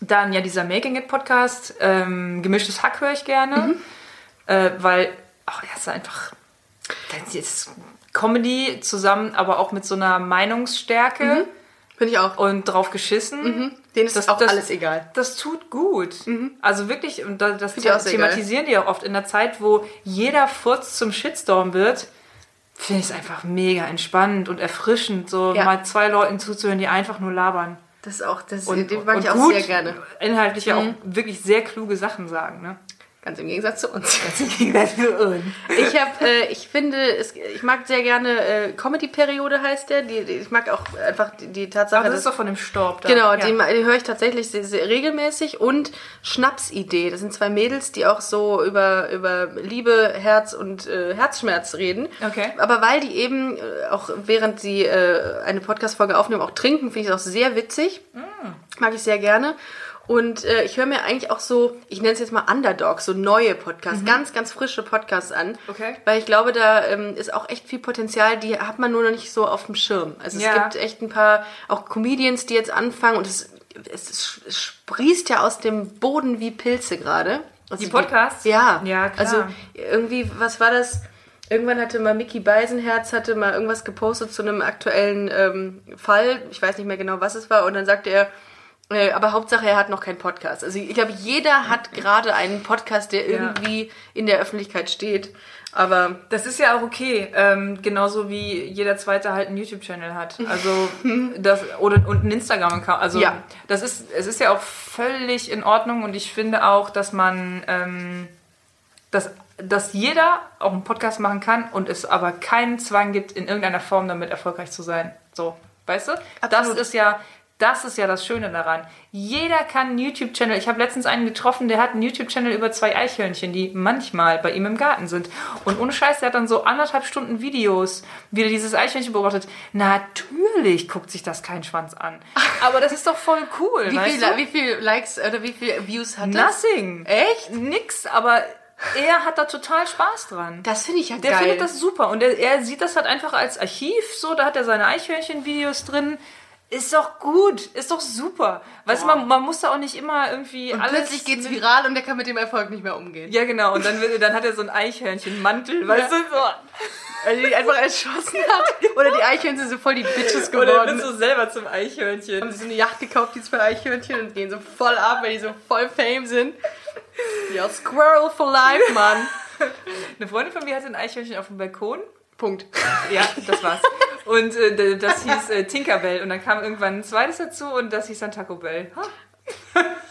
B: dann ja dieser Making It Podcast, ähm, gemischtes Hack höre ich gerne äh, weil ach, er ist einfach das ist Comedy zusammen, aber auch mit so einer Meinungsstärke
A: Finde ich auch.
B: und drauf geschissen.
A: Denen Mhm. ist
B: Das-
A: auch
B: das-
A: alles egal.
B: Das tut gut. Also wirklich, und da- das
A: Find ich auch sehr
B: thematisieren die ja oft in der Zeit, wo jeder Furz zum Shitstorm wird. Finde ich es einfach mega entspannend und erfrischend, so
A: Ja.
B: mal zwei Leuten zuzuhören, die einfach nur labern.
A: Das ist auch, das,
B: Und,
A: den mag
B: und
A: ich auch
B: gut,
A: sehr gerne. Mhm.
B: inhaltlich ja auch wirklich sehr kluge Sachen sagen. Ne? (laughs)
A: Ganz im Gegensatz zu uns. (laughs)
B: Wie
A: Ich habe, äh, ich finde, es, ich mag sehr gerne äh, Comedy-Periode heißt der. Die, die, ich mag auch einfach die, die Tatsache,
B: das ist doch von dem Storb da.
A: Genau,
B: ja.
A: die, ma- die höre ich tatsächlich sehr, sehr regelmäßig. Und Schnapsidee. Das sind zwei Mädels, die auch so über, über Liebe, Herz und äh, Herzschmerz reden.
B: Okay.
A: Aber weil die eben äh, auch während sie äh, eine Podcast-Folge aufnehmen, auch trinken, finde ich es auch sehr witzig.
B: Mm.
A: Mag ich sehr gerne. Und äh, ich höre mir eigentlich auch so, ich nenne es jetzt mal Underdogs, so neue Podcasts, ganz, ganz frische Podcasts an.
B: Mhm. Okay.
A: Weil ich glaube, da ähm, ist auch echt viel Potenzial, die hat man nur noch nicht so auf dem Schirm. Also
B: Ja.
A: es gibt echt ein paar auch Comedians, die jetzt anfangen und es, es, es sprießt ja aus dem Boden wie Pilze gerade. Also
B: Die Podcasts?
A: Ja.
B: Ja, klar.
A: Also irgendwie, was war das? Irgendwann hatte mal Mickey Beisenherz hatte mal irgendwas gepostet zu einem aktuellen ähm, Fall. Ich weiß nicht mehr genau, was es war. Und dann sagte er, äh, aber Hauptsache, er hat noch keinen Podcast. Also ich glaube, jeder hat gerade einen Podcast, der irgendwie in der Öffentlichkeit steht. Aber
B: Das ist ja auch okay, ähm, genauso wie jeder zweite halt einen YouTube-Channel hat. Also das oder und einen Instagram-Account. Also
A: Ja.
B: das ist, es ist ja auch völlig in Ordnung und ich finde auch, dass man ähm, dass, dass jeder auch einen Podcast machen kann und es aber keinen Zwang gibt, in irgendeiner Form damit erfolgreich zu sein. So, weißt du?
A: Absolut.
B: Das ist ja. Das ist ja das Schöne daran. Jeder kann einen YouTube-Channel. Ich habe letztens einen getroffen, der hat einen YouTube-Channel über zwei Eichhörnchen, die manchmal bei ihm im Garten sind. Und ohne Scheiß, der hat dann so anderthalb Stunden Videos, wie er dieses Eichhörnchen beobachtet. Natürlich guckt sich das kein
A: (laughs)
B: Schwanz an. Aber das ist doch voll cool.
A: wie
B: weißt
A: viel,
B: du?
A: wie viel Likes oder wie viel Views hat das?
B: Nothing.
A: Echt?
B: Nix, aber er hat da total Spaß dran.
A: Das finde ich ja
B: der
A: geil.
B: findet das super und er, er sieht das halt einfach als Archiv, so, da hat er seine Eichhörnchen-Videos drin. Ist doch gut, ist doch super. Weißt du, man, man muss da auch nicht immer irgendwie
A: und
B: alles.
A: plötzlich geht's viral und der kann mit dem Erfolg nicht mehr umgehen.
B: ja, genau, und dann, wird- dann hat er so einen Eichhörnchen-Mantel, weißt du,
A: (laughs)
B: so.
A: Weil die einfach erschossen hat. Oder die Eichhörnchen sind so voll die Bitches
B: Oder
A: geworden.
B: er wird so selber zum Eichhörnchen.
A: haben sie so eine Yacht gekauft, die zwei Eichhörnchen, und gehen so voll ab, weil die so voll Fame sind. Ja, Squirrel for life, Mann.
B: Eine Freundin von mir hatte ein Eichhörnchen auf dem Balkon
A: Punkt.
B: Ja,
A: (laughs)
B: das war's. Und äh, d- das hieß äh, Tinkerbell. Und dann kam irgendwann ein zweites dazu und das hieß dann Taco Bell. Ha,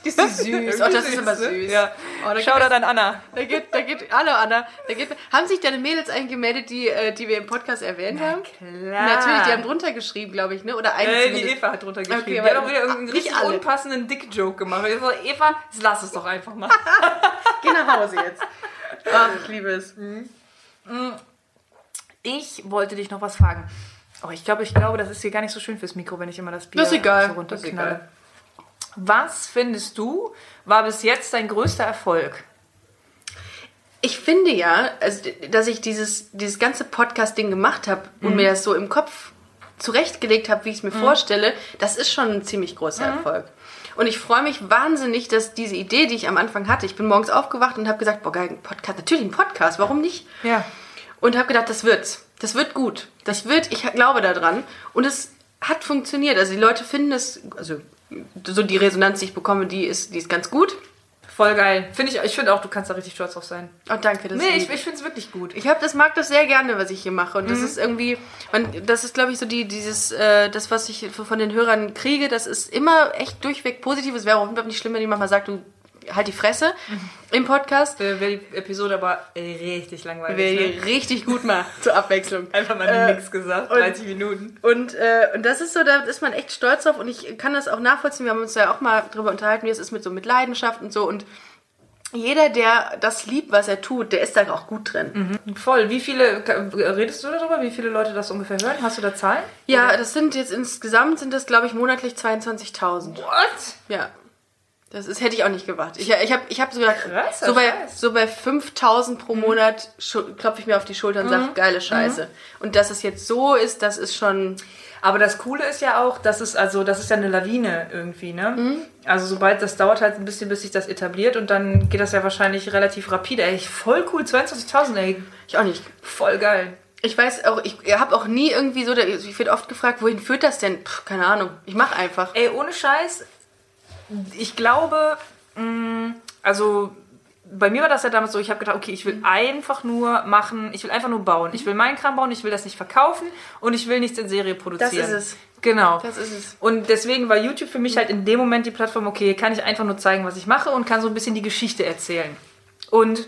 A: Die ist so süß. Oh, das ist immer
B: ne?
A: süß.
B: Ja.
A: Oh, da
B: Schau
A: gibt
B: da dann Anna.
A: Da geht, da geht, hallo Anna, da geht, haben sich deine Mädels eigentlich gemeldet, die, äh, die wir im Podcast erwähnt haben?
B: Klar.
A: Natürlich, die haben drunter geschrieben, glaube ich, ne? Oder eine
B: Äh, die
A: zumindest.
B: Eva hat drunter geschrieben.
A: Okay,
B: die
A: aber-
B: hat auch wieder irgendeinen
A: Nicht
B: richtig
A: alle.
B: unpassenden Dick-Joke gemacht. Ich so, Eva, lass es doch einfach mal.
A: Geh nach Hause (laughs) jetzt. Ach, ich liebe es.
B: Ich wollte dich noch was fragen. Oh, ich glaube, ich glaube, das ist hier gar nicht so schön fürs Mikro, wenn ich immer das Bier
A: Das ist egal.
B: so
A: Das ist
B: runterknalle.
A: egal.
B: Was findest du, war bis jetzt dein größter Erfolg?
A: Ich finde ja, also, dass ich dieses, dieses ganze Podcast-Ding gemacht habe und mir das so im Kopf zurechtgelegt habe, wie ich es mir vorstelle, das ist schon ein ziemlich großer Erfolg. Und ich freue mich wahnsinnig, dass diese Idee, die ich am Anfang hatte, ich bin morgens aufgewacht und habe gesagt, boah, geil, ein Podcast, natürlich ein Podcast, warum nicht?
B: Ja.
A: und habe gedacht, das wird's. Das wird gut. Das wird, ich glaube daran. Und es hat funktioniert. Also die Leute finden es, also so die Resonanz, die ich bekomme, die ist, die ist ganz gut.
B: Voll geil. Finde ich, ich finde auch, du kannst da richtig stolz drauf sein.
A: Oh, danke. Das
B: Nee,
A: ist
B: ich,
A: lieb.
B: ich finde es wirklich gut.
A: ich hab das mag das sehr gerne, was ich hier mache. Und das ist irgendwie, man, das ist, glaube ich, so die, dieses, äh, das, was ich von den Hörern kriege, das ist immer echt durchweg positiv. Es wäre auch überhaupt nicht schlimm, wenn jemand mal sagt, du halt die Fresse im Podcast.
B: Äh, Wäre die Episode aber richtig langweilig.
A: Wer
B: ne?
A: hier richtig gut macht, zur Abwechslung.
B: Einfach mal
A: Äh,
B: nichts gesagt,
A: und-
B: 30 Minuten.
A: Und, äh, und das ist so, da ist man echt stolz drauf und ich kann das auch nachvollziehen. Wir haben uns ja auch mal drüber unterhalten, wie es ist mit so mit Leidenschaft und so. Und jeder, der das liebt, was er tut, der ist da auch gut drin.
B: Voll. Wie viele, redest du darüber, wie viele Leute das ungefähr hören? Hast du da Zahlen?
A: Ja, das sind jetzt insgesamt sind das, glaube ich, monatlich 22.000.
B: What?
A: Ja. Das ist, hätte ich auch nicht gewartet. Ich, ich habe ich hab so gedacht,
B: Krasser
A: so bei,
B: Scheiß. Mhm.
A: so bei 5000 pro Monat schu- klopfe ich mir auf die Schulter und sage, geile Scheiße.
B: Mhm.
A: Und dass es jetzt so ist, das ist schon,
B: Aber das Coole ist ja auch, dass es, also, das ist ja eine Lawine irgendwie, ne? Also, sobald das dauert halt ein bisschen, bis sich das etabliert und dann geht das ja wahrscheinlich relativ rapide. Ey, voll cool. 22.000, ey.
A: ich auch nicht
B: Voll geil.
A: Ich weiß auch, ich habe auch nie irgendwie so, ich werde oft gefragt, wohin führt das denn? Pff, keine Ahnung, ich mache einfach.
B: Ey, ohne Scheiß, ich glaube, mh, also bei mir war das ja damals so, ich habe gedacht, okay, ich will einfach nur machen, ich will einfach nur bauen. Ich will meinen Kram bauen, ich will das nicht verkaufen und ich will nichts in Serie produzieren.
A: Das ist es.
B: Genau.
A: Das ist es.
B: Und deswegen war YouTube für mich halt in dem Moment die Plattform, okay, hier kann ich einfach nur zeigen, was ich mache und kann so ein bisschen die Geschichte erzählen. Und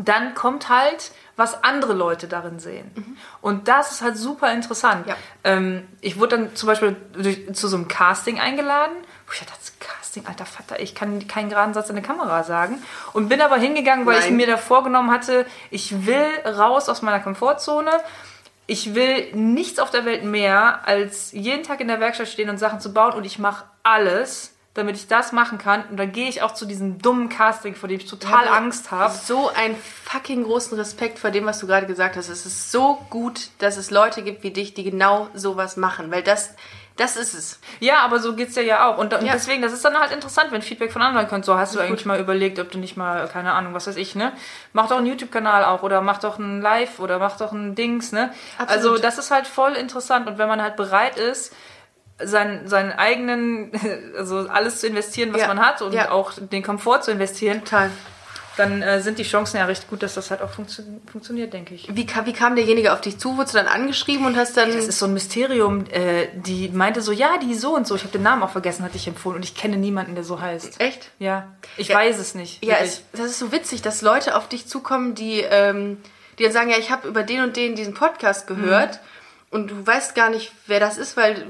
B: dann kommt halt, was andere Leute darin sehen. Und das ist halt super interessant.
A: Mhm. Ja.
B: Ähm, ich wurde dann zum Beispiel durch, zu so einem Casting eingeladen. Wo ich dachte, das Casting, alter Vater, ich kann keinen geraden Satz in der Kamera sagen. Und bin aber hingegangen, weil ich
A: Nein.
B: mir da vorgenommen hatte, ich will raus aus meiner Komfortzone. Ich will nichts auf der Welt mehr, als jeden Tag in der Werkstatt stehen und Sachen zu bauen. Und ich mache alles, damit ich das machen kann. Und dann gehe ich auch zu diesem dummen Casting, vor dem ich total
A: habe
B: Angst habe.
A: So einen fucking großen Respekt vor dem, was du gerade gesagt hast. Es ist so gut, dass es Leute gibt wie dich, die genau sowas machen, weil das, das ist es.
B: Ja, aber so geht's dir ja auch. Und, und
A: Ja.
B: deswegen, das ist dann halt interessant, wenn Feedback von anderen kommt. So, hast du eigentlich mal überlegt, ob du nicht mal, keine Ahnung, was weiß ich, ne? Mach doch einen YouTube-Kanal auch oder mach doch ein Live oder mach doch ein Dings, ne?
A: Absolut.
B: Also das ist halt voll interessant. Und wenn man halt bereit ist, sein, seinen eigenen, (laughs) also alles zu investieren, was
A: Ja.
B: man hat und
A: Ja.
B: auch den Komfort zu investieren,
A: Total.
B: dann äh, sind die Chancen ja recht gut, dass das halt auch funktio funktioniert, denke ich.
A: Wie, ka- wie kam derjenige auf dich zu? Wurdest du dann angeschrieben und hast dann.
B: Das ist so ein Mysterium, äh, die meinte so, ja, die so und so. Ich habe den Namen auch vergessen, hatte ich empfohlen. Und ich kenne niemanden, der so heißt.
A: echt?
B: Ja, ich
A: Ja.
B: weiß es nicht.
A: Ja,
B: wirklich.
A: es, das ist so witzig, dass Leute auf dich zukommen, die, ähm, die dann sagen, ja, ich habe über den und den diesen Podcast
B: Mhm.
A: gehört und du weißt gar nicht, wer das ist, weil du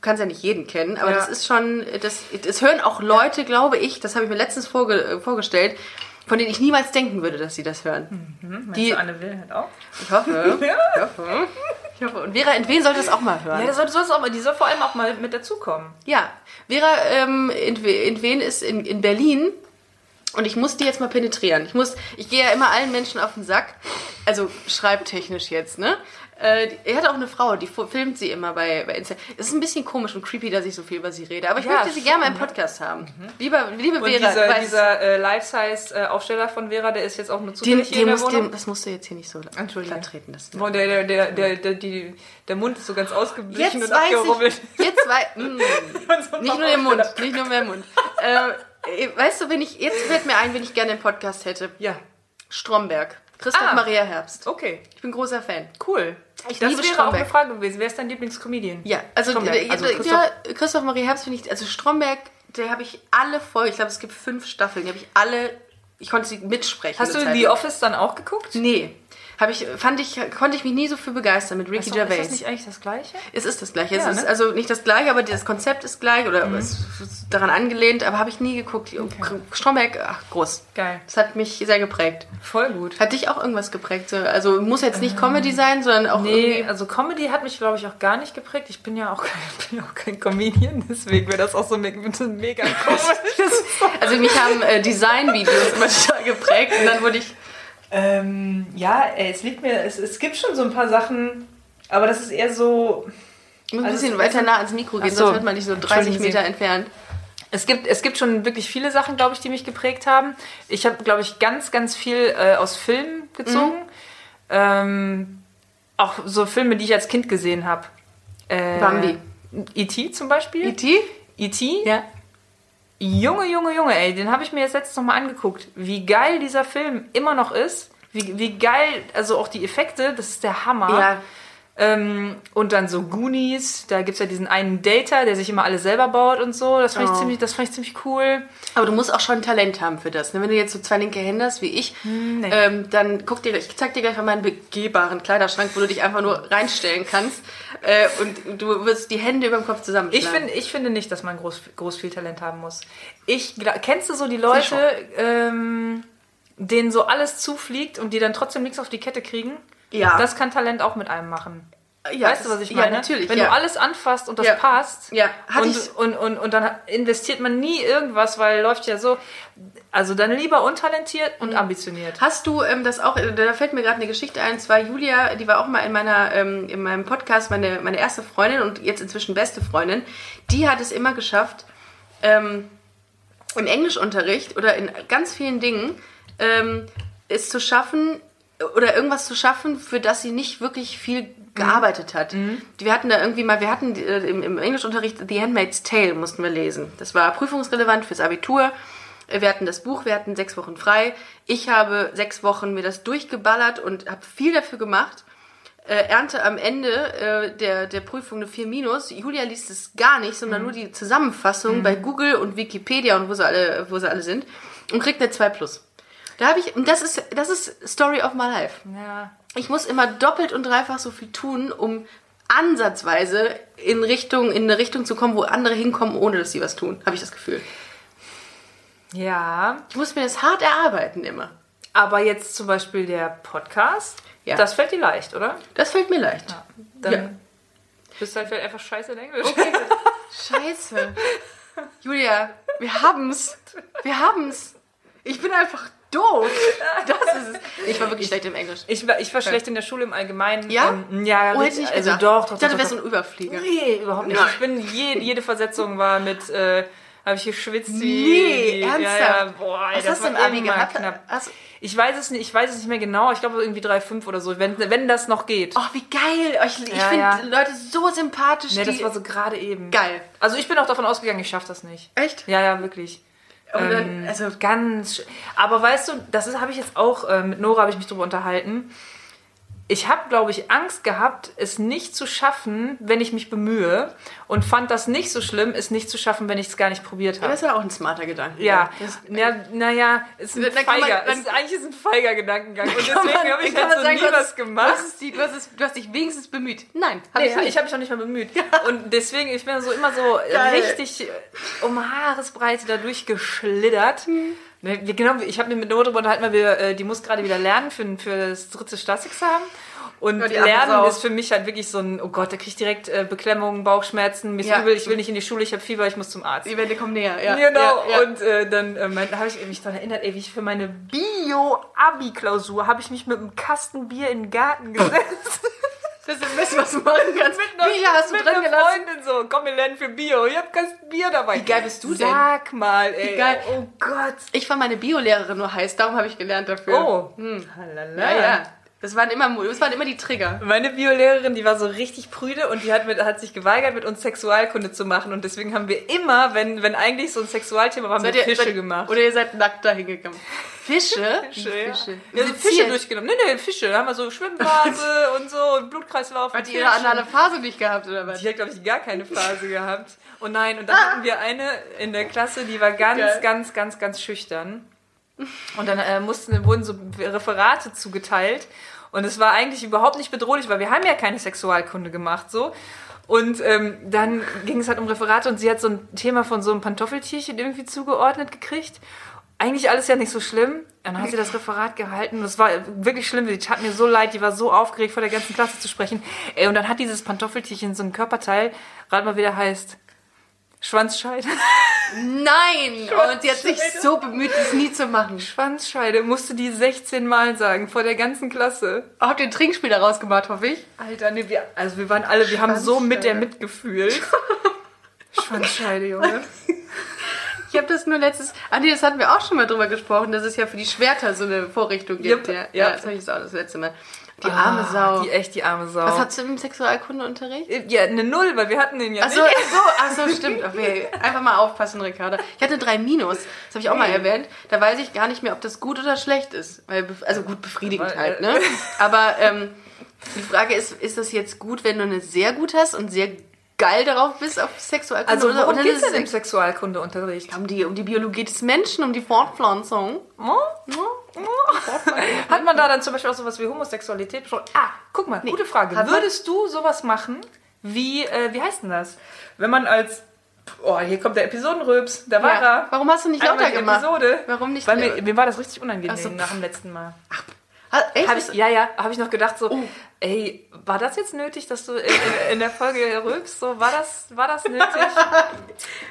A: kannst ja nicht jeden kennen, aber
B: Ja.
A: das ist schon, das, das hören auch Leute, glaube ich, das habe ich mir letztens vorge äh, vorgestellt, von denen ich niemals denken würde, dass sie das hören.
B: Mhm,
A: die-
B: die Anne will halt auch.
A: Ich
B: (laughs)
A: hoffe. ich hoffe. Ich hoffe. Und Vera Entwen sollte das auch mal hören.
B: Ja, das soll, soll auch mal, die soll vor allem auch mal mit dazukommen.
A: Ja, Vera ähm, in, in Wen ist in, in Berlin und ich muss die jetzt mal penetrieren. Ich muss, ich gehe ja immer allen Menschen auf den Sack, also schreibtechnisch jetzt, ne? Äh, die- er hat auch eine Frau, die fo- filmt sie immer bei, bei Insta. Es ist ein bisschen komisch und creepy, dass ich so viel über sie rede, aber ich
B: Ja,
A: möchte sie
B: schon, ne? Mhm.
A: gerne mal im Podcast haben. Lieber, liebe
B: Und
A: Vera,
B: dieser,
A: weiß-
B: dieser äh, Life-Size-Aufsteller von Vera, der ist jetzt auch nur
A: den,
B: zufällig hier
A: den
B: in der
A: musst,
B: Wohnung.
A: den, das musst du jetzt hier nicht so
B: Entschuldige.
A: vertreten. Das
B: Boah, der, der, der, der, der, die, der Mund ist so ganz ausgeblichen
A: Jetzt
B: und
A: weiß (laughs)
B: abgerubbelt.
A: ich, jetzt weiß,
B: (laughs)
A: mm. Nicht nur der Mund, nicht nur mehr Mund. äh, weißt du, wenn ich, jetzt fällt mir ein, wenn ich gerne einen Podcast hätte.
B: Ja,
A: Stromberg. Christoph
B: Ah.
A: Maria Herbst.
B: okay,
A: Ich bin großer Fan.
B: cool.
A: Ich
B: das
A: liebe
B: wäre auch
A: Stromberg.
B: eine Frage gewesen. Wer ist dein Lieblingscomedian?
A: Ja, also,
B: Stromberg,
A: äh,
B: also
A: ja,
B: Christoph-
A: ja, Christoph Maria Herbst finde ich, also Stromberg, der habe ich alle voll, ich glaube, es gibt fünf Staffeln, die habe ich alle, ich konnte sie mitsprechen.
B: Hast
A: eine
B: du
A: Zeit
B: The
A: lang.
B: Office dann auch geguckt?
A: Nee. Hab ich, fand ich, konnte ich mich nie so für begeistern mit Ricky
B: Ist doch-
A: Gervais.
B: Ist das nicht eigentlich das Gleiche?
A: Es ist das gleiche.
B: Ja,
A: es ist
B: ne? Mhm.
A: also nicht das gleiche, aber das Konzept ist gleich oder ist ist daran angelehnt, aber habe ich nie geguckt. Oh, Stromberg, ach, groß.
B: Geil.
A: Das hat mich sehr geprägt.
B: Voll gut.
A: Hat dich auch irgendwas geprägt? So, Also muss jetzt nicht Comedy sein, sondern auch
B: Ähm. Nee,
A: irgendwie.
B: also Comedy hat mich, glaube ich, auch gar nicht geprägt. Ich bin ja auch kein, (laughs) bin ja auch kein Comedian, deswegen wäre das auch so me (laughs) mega komisch.
A: Also mich haben äh, Design-Videos immer total (laughs) geprägt und dann wurde ich.
B: ähm, ja, ey, es liegt mir, es, es gibt schon so ein paar Sachen, aber das ist eher so.
A: Ich muss ein
B: Also
A: bisschen
B: es-
A: weiter nah ans Mikro gehen,
B: Ach so.
A: sonst wird man nicht so 30
B: Entschuldigen Sie.
A: Meter entfernt.
B: Es gibt, es gibt schon wirklich viele Sachen, glaube ich, die mich geprägt haben. Ich habe, glaube ich, ganz, ganz viel äh, aus Filmen gezogen. Mhm. Ähm, auch so Filme, die ich als Kind gesehen habe. Äh,
A: Bambi.
B: E.T. zum Beispiel. E
A: E.T.?
B: E.T.
A: Ja.
B: Junge, Junge, Junge, ey, den habe ich mir jetzt letztens nochmal angeguckt. Wie geil dieser Film immer noch ist. Wie, wie geil, also auch die Effekte, das ist der Hammer.
A: Ja.
B: Ähm, und dann so Goonies, da gibt es ja diesen einen Data, der sich immer alles selber baut und so. Das fand,
A: Oh.
B: ich, ziemlich, das fand ich ziemlich cool.
A: Aber du musst auch schon Talent haben für das. Ne? Wenn du jetzt so zwei linke Hände hast wie ich, ähm, dann guck dir, ich zeig dir gleich mal meinen begehbaren Kleiderschrank, wo du dich einfach nur reinstellen kannst äh, und du wirst die Hände über dem Kopf
B: Ich,
A: zusammenschlagen.
B: find, ich finde nicht, dass man groß, groß viel Talent haben muss. Ich gla- Kennst du so die Leute, ähm, denen so alles zufliegt und die dann trotzdem nichts auf die Kette kriegen?
A: Ja.
B: Das kann Talent auch mit einem machen.
A: ja,
B: weißt du,
A: das-
B: was ich
A: Ja,
B: meine?
A: natürlich.
B: Wenn
A: ja.
B: du alles anfasst und das
A: Ja.
B: passt,
A: Ja, hatte
B: und,
A: ich-
B: und, und, und dann investiert man nie irgendwas, weil läuft ja so. Also dann lieber untalentiert
A: Mhm.
B: und ambitioniert.
A: Hast du ähm, das auch, da fällt mir gerade eine Geschichte ein, es war Julia, die war auch mal in, meiner, ähm, in meinem Podcast, meine, meine erste Freundin und jetzt inzwischen beste Freundin, die hat es immer geschafft, ähm, im Englischunterricht oder in ganz vielen Dingen ähm, es zu schaffen oder irgendwas zu schaffen, für das sie nicht wirklich viel gearbeitet hat. Wir hatten da irgendwie mal, wir hatten äh, im, im Englischunterricht The Handmaid's Tale mussten wir lesen. Das war prüfungsrelevant fürs Abitur. Äh, Wir hatten das Buch, wir hatten sechs Wochen frei. Ich habe sechs Wochen mir das durchgeballert und habe viel dafür gemacht äh, ernte am Ende äh, der, der Prüfung eine 4 minus. Julia liest es gar nicht, sondern nur die Zusammenfassung bei Google und Wikipedia und wo sie alle, wo sie alle sind und kriegt eine 2 plus. Da habe ich, und das ist, das ist Story of my life.
B: Ja.
A: Ich muss immer doppelt und dreifach so viel tun, um ansatzweise in Richtung, in eine Richtung zu kommen, wo andere hinkommen, ohne dass sie was tun, habe ich das Gefühl.
B: Ja.
A: Ich muss mir das hart erarbeiten immer.
B: Aber jetzt zum Beispiel der Podcast,
A: Ja.
B: das fällt dir leicht, oder?
A: Das fällt mir leicht.
B: Dann
A: Ja.
B: bist du halt einfach scheiße in Englisch.
A: Scheiße. Julia, wir haben's. Wir haben's. Ich bin einfach doof. Das ist es. Ich war wirklich schlecht im Englisch.
B: Ich war, ich war schlecht in der Schule im Allgemeinen.
A: Ja?
B: Ähm, ja,
A: Oh, hätte ich
B: richtig,
A: nicht
B: also
A: gedacht.
B: doch, doch,
A: ich dachte,
B: doch,
A: du wärst so
B: doch.
A: ein Überflieger.
B: Nee, überhaupt nicht.
A: Nein.
B: Ich bin je, jede Versetzung war mit, äh, habe ich geschwitzt wie.
A: Nee,
B: wie- Ja, ja,
A: ernsthaft?
B: boah, ey,
A: Was
B: das
A: hast du im
B: war
A: Abi
B: immer
A: gehabt?
B: Knapp.
A: Hast-
B: Ich weiß es nicht, ich weiß es nicht mehr genau. Ich glaube irgendwie 3,5 oder so, wenn, wenn das noch geht.
A: Oh, wie geil. Ich, ich
B: Ja,
A: finde
B: ja.
A: Leute so sympathisch.
B: nee, Ne, das
A: die-
B: war so gerade eben.
A: geil.
B: Also ich bin auch davon ausgegangen, ich schaffe das nicht.
A: Echt?
B: Ja, ja, ähm, wirklich.
A: Und dann, also,
B: Ganz. sch- Aber weißt du, das ist- habe ich jetzt auch äh, mit Nora habe ich mich drüber unterhalten. Ich habe, glaube ich, Angst gehabt, es nicht zu schaffen, wenn ich mich bemühe und fand das nicht so schlimm, es nicht zu schaffen, wenn ich es gar nicht probiert habe.
A: das war auch ein smarter Gedanke.
B: Ja,
A: Das,
B: naja, naja, ist ein
A: Dann kann man-
B: feiger,
A: dann-
B: ist, eigentlich ist ein feiger Gedankengang und
A: kann man-
B: deswegen habe ich
A: kann
B: halt
A: man
B: so
A: sagen,
B: nie
A: du hast-
B: was gemacht.
A: Du hast, die, du, hast es, du hast dich wenigstens bemüht. Nein, habe
B: Nee,
A: ich nicht.
B: ich habe mich auch nicht mal bemüht. Und deswegen, ich bin so immer so
A: (laughs) Geil.
B: richtig äh, um Haaresbreite da durchgeschlittert.
A: Hm.
B: Ne, wir- Genau, ich habe mir mit Note drüber unterhalten, weil wir, äh, die muss gerade wieder lernen für, für das dritte Staatsexamen. Und
A: Ja, die arme
B: Lernen
A: Sau.
B: ist für mich halt wirklich so ein, oh Gott, da krieg ich direkt äh, Beklemmungen, Bauchschmerzen, mir ist
A: Ja.
B: übel, ich will nicht in die Schule, ich habe Fieber, ich muss zum Arzt.
A: Die Wände kommen näher. Ja, ja,
B: Genau,
A: ja.
B: und äh, dann äh, mein- habe ich mich daran erinnert, ey, wie ich für meine Bio-Abi-Klausur habe ich mich mit einem Kasten Bier in den Garten (laughs) gesetzt.
A: das ist das Beste, was du machen kannst. Wie hast du
B: mit
A: drin
B: einer
A: gelassen?
B: Freundin so, komm, wir lernen für Bio. Ich hab kein Bier dabei. Wie
A: geil bist du denn?
B: Sag mal, ey.
A: Wie geil.
B: Oh Gott.
A: Ich war meine Biolehrerin nur heiß, darum habe ich gelernt dafür.
B: Oh. Halala.
A: Ja, ja. Das waren immer, das waren immer die Trigger.
B: Meine Biolehrerin, die war so richtig prüde und die hat, mit, hat sich geweigert, mit uns Sexualkunde zu machen. Und deswegen haben wir immer, wenn, wenn eigentlich so ein Sexualthema war, haben wir
A: Seid ihr-
B: Fische
A: seid,
B: gemacht.
A: Oder ihr seid nackt da hingekommen. Fische?
B: Fische, ja.
A: Fische.
B: Wir haben Fische
A: Seziert.
B: durchgenommen. Nee, nee, Fische. Da haben wir
A: (laughs)
B: so Schwimmphase und so und Blutkreislauf.
A: Hat
B: und
A: die ihre
B: Fische.
A: anale Phase nicht gehabt oder was?
B: Die hat, glaube ich, gar
A: (laughs)
B: keine Phase gehabt. Und nein, und dann hatten wir eine in der Klasse, die war ganz,
A: Geil.
B: ganz, ganz, ganz schüchtern. Und dann äh, mussten, wurden so Referate zugeteilt. Und es war eigentlich überhaupt nicht bedrohlich, weil wir haben ja keine Sexualkunde gemacht, so. Und ähm, dann ging es halt um Referate und sie hat so ein Thema von so einem Pantoffeltierchen irgendwie zugeordnet gekriegt. Eigentlich alles ja nicht so schlimm. Dann hat sie das Referat gehalten und es war wirklich schlimm. Die tat mir so leid, die war so aufgeregt, vor der ganzen Klasse zu sprechen. Ey, und dann hat dieses Pantoffeltierchen so ein Körperteil, rat mal, wie der heißt. Schwanzscheide.
A: Nein! Und sie hat sich so bemüht, das nie zu machen.
B: Schwanzscheide musste die 16 Mal sagen, vor der ganzen Klasse.
A: Habt ihr ein Trinkspiel daraus gemacht, hoffe ich?
B: Alter, nee, wir, also wir waren alle, wir haben so mit der mitgefühlt. (laughs) Schwanzscheide, Junge.
A: Ich habe das nur letztes. Ah nee, das hatten wir auch schon mal drüber gesprochen, dass es ja für die Schwerter so eine Vorrichtung gibt.
B: Yep,
A: Ja,
B: ja. Ah,
A: ja. das habe ich jetzt auch das letzte Mal. Die arme Sau.
B: Die echt die arme Sau.
A: was hast du im Sexualkundeunterricht?
B: ja, eine Null, weil wir hatten den ja
A: Ach so,
B: nicht.
A: Also, ach so, ach so, stimmt. Okay, einfach mal aufpassen, Ricarda. Ich hatte drei Minus, das habe ich auch mal erwähnt. Da weiß ich gar nicht mehr, ob das gut oder schlecht ist. Weil, bef- also gut befriedigend
B: Weil,
A: halt,
B: äh, (laughs)
A: ne? Aber ähm, die Frage ist, ist das jetzt gut, wenn du eine sehr gut hast und sehr geil darauf bist auf Sexualkunde?
B: Also worum
A: oder
B: geht's
A: ist
B: denn
A: es
B: im Sexualkundeunterricht?
A: um die, um die Biologie des Menschen, um die Fortpflanzung. Ne?
B: Oh? (laughs) Hat man da dann zum Beispiel auch sowas wie Homosexualität schon? Ah, guck mal, gute Frage.
A: Hat man-
B: Würdest du sowas machen, wie, äh, wie heißt denn das? Wenn man als, oh, hier kommt der Episodenröps, da war
A: Ja.
B: er.
A: Warum hast du nicht
B: Einmal
A: lauter
B: die
A: gemacht?
B: Episode.
A: Warum nicht
B: Weil mir,
A: lauter?
B: mir war das richtig unangenehm
A: Ach so.
B: nach dem letzten Mal.
A: Ah, echt?
B: Hab ich, ja, ja, habe ich noch gedacht so,
A: Oh.
B: ey, war das jetzt nötig, dass du in, in, in der Folge rülpst? So, war das, war
A: (laughs)
B: das nötig?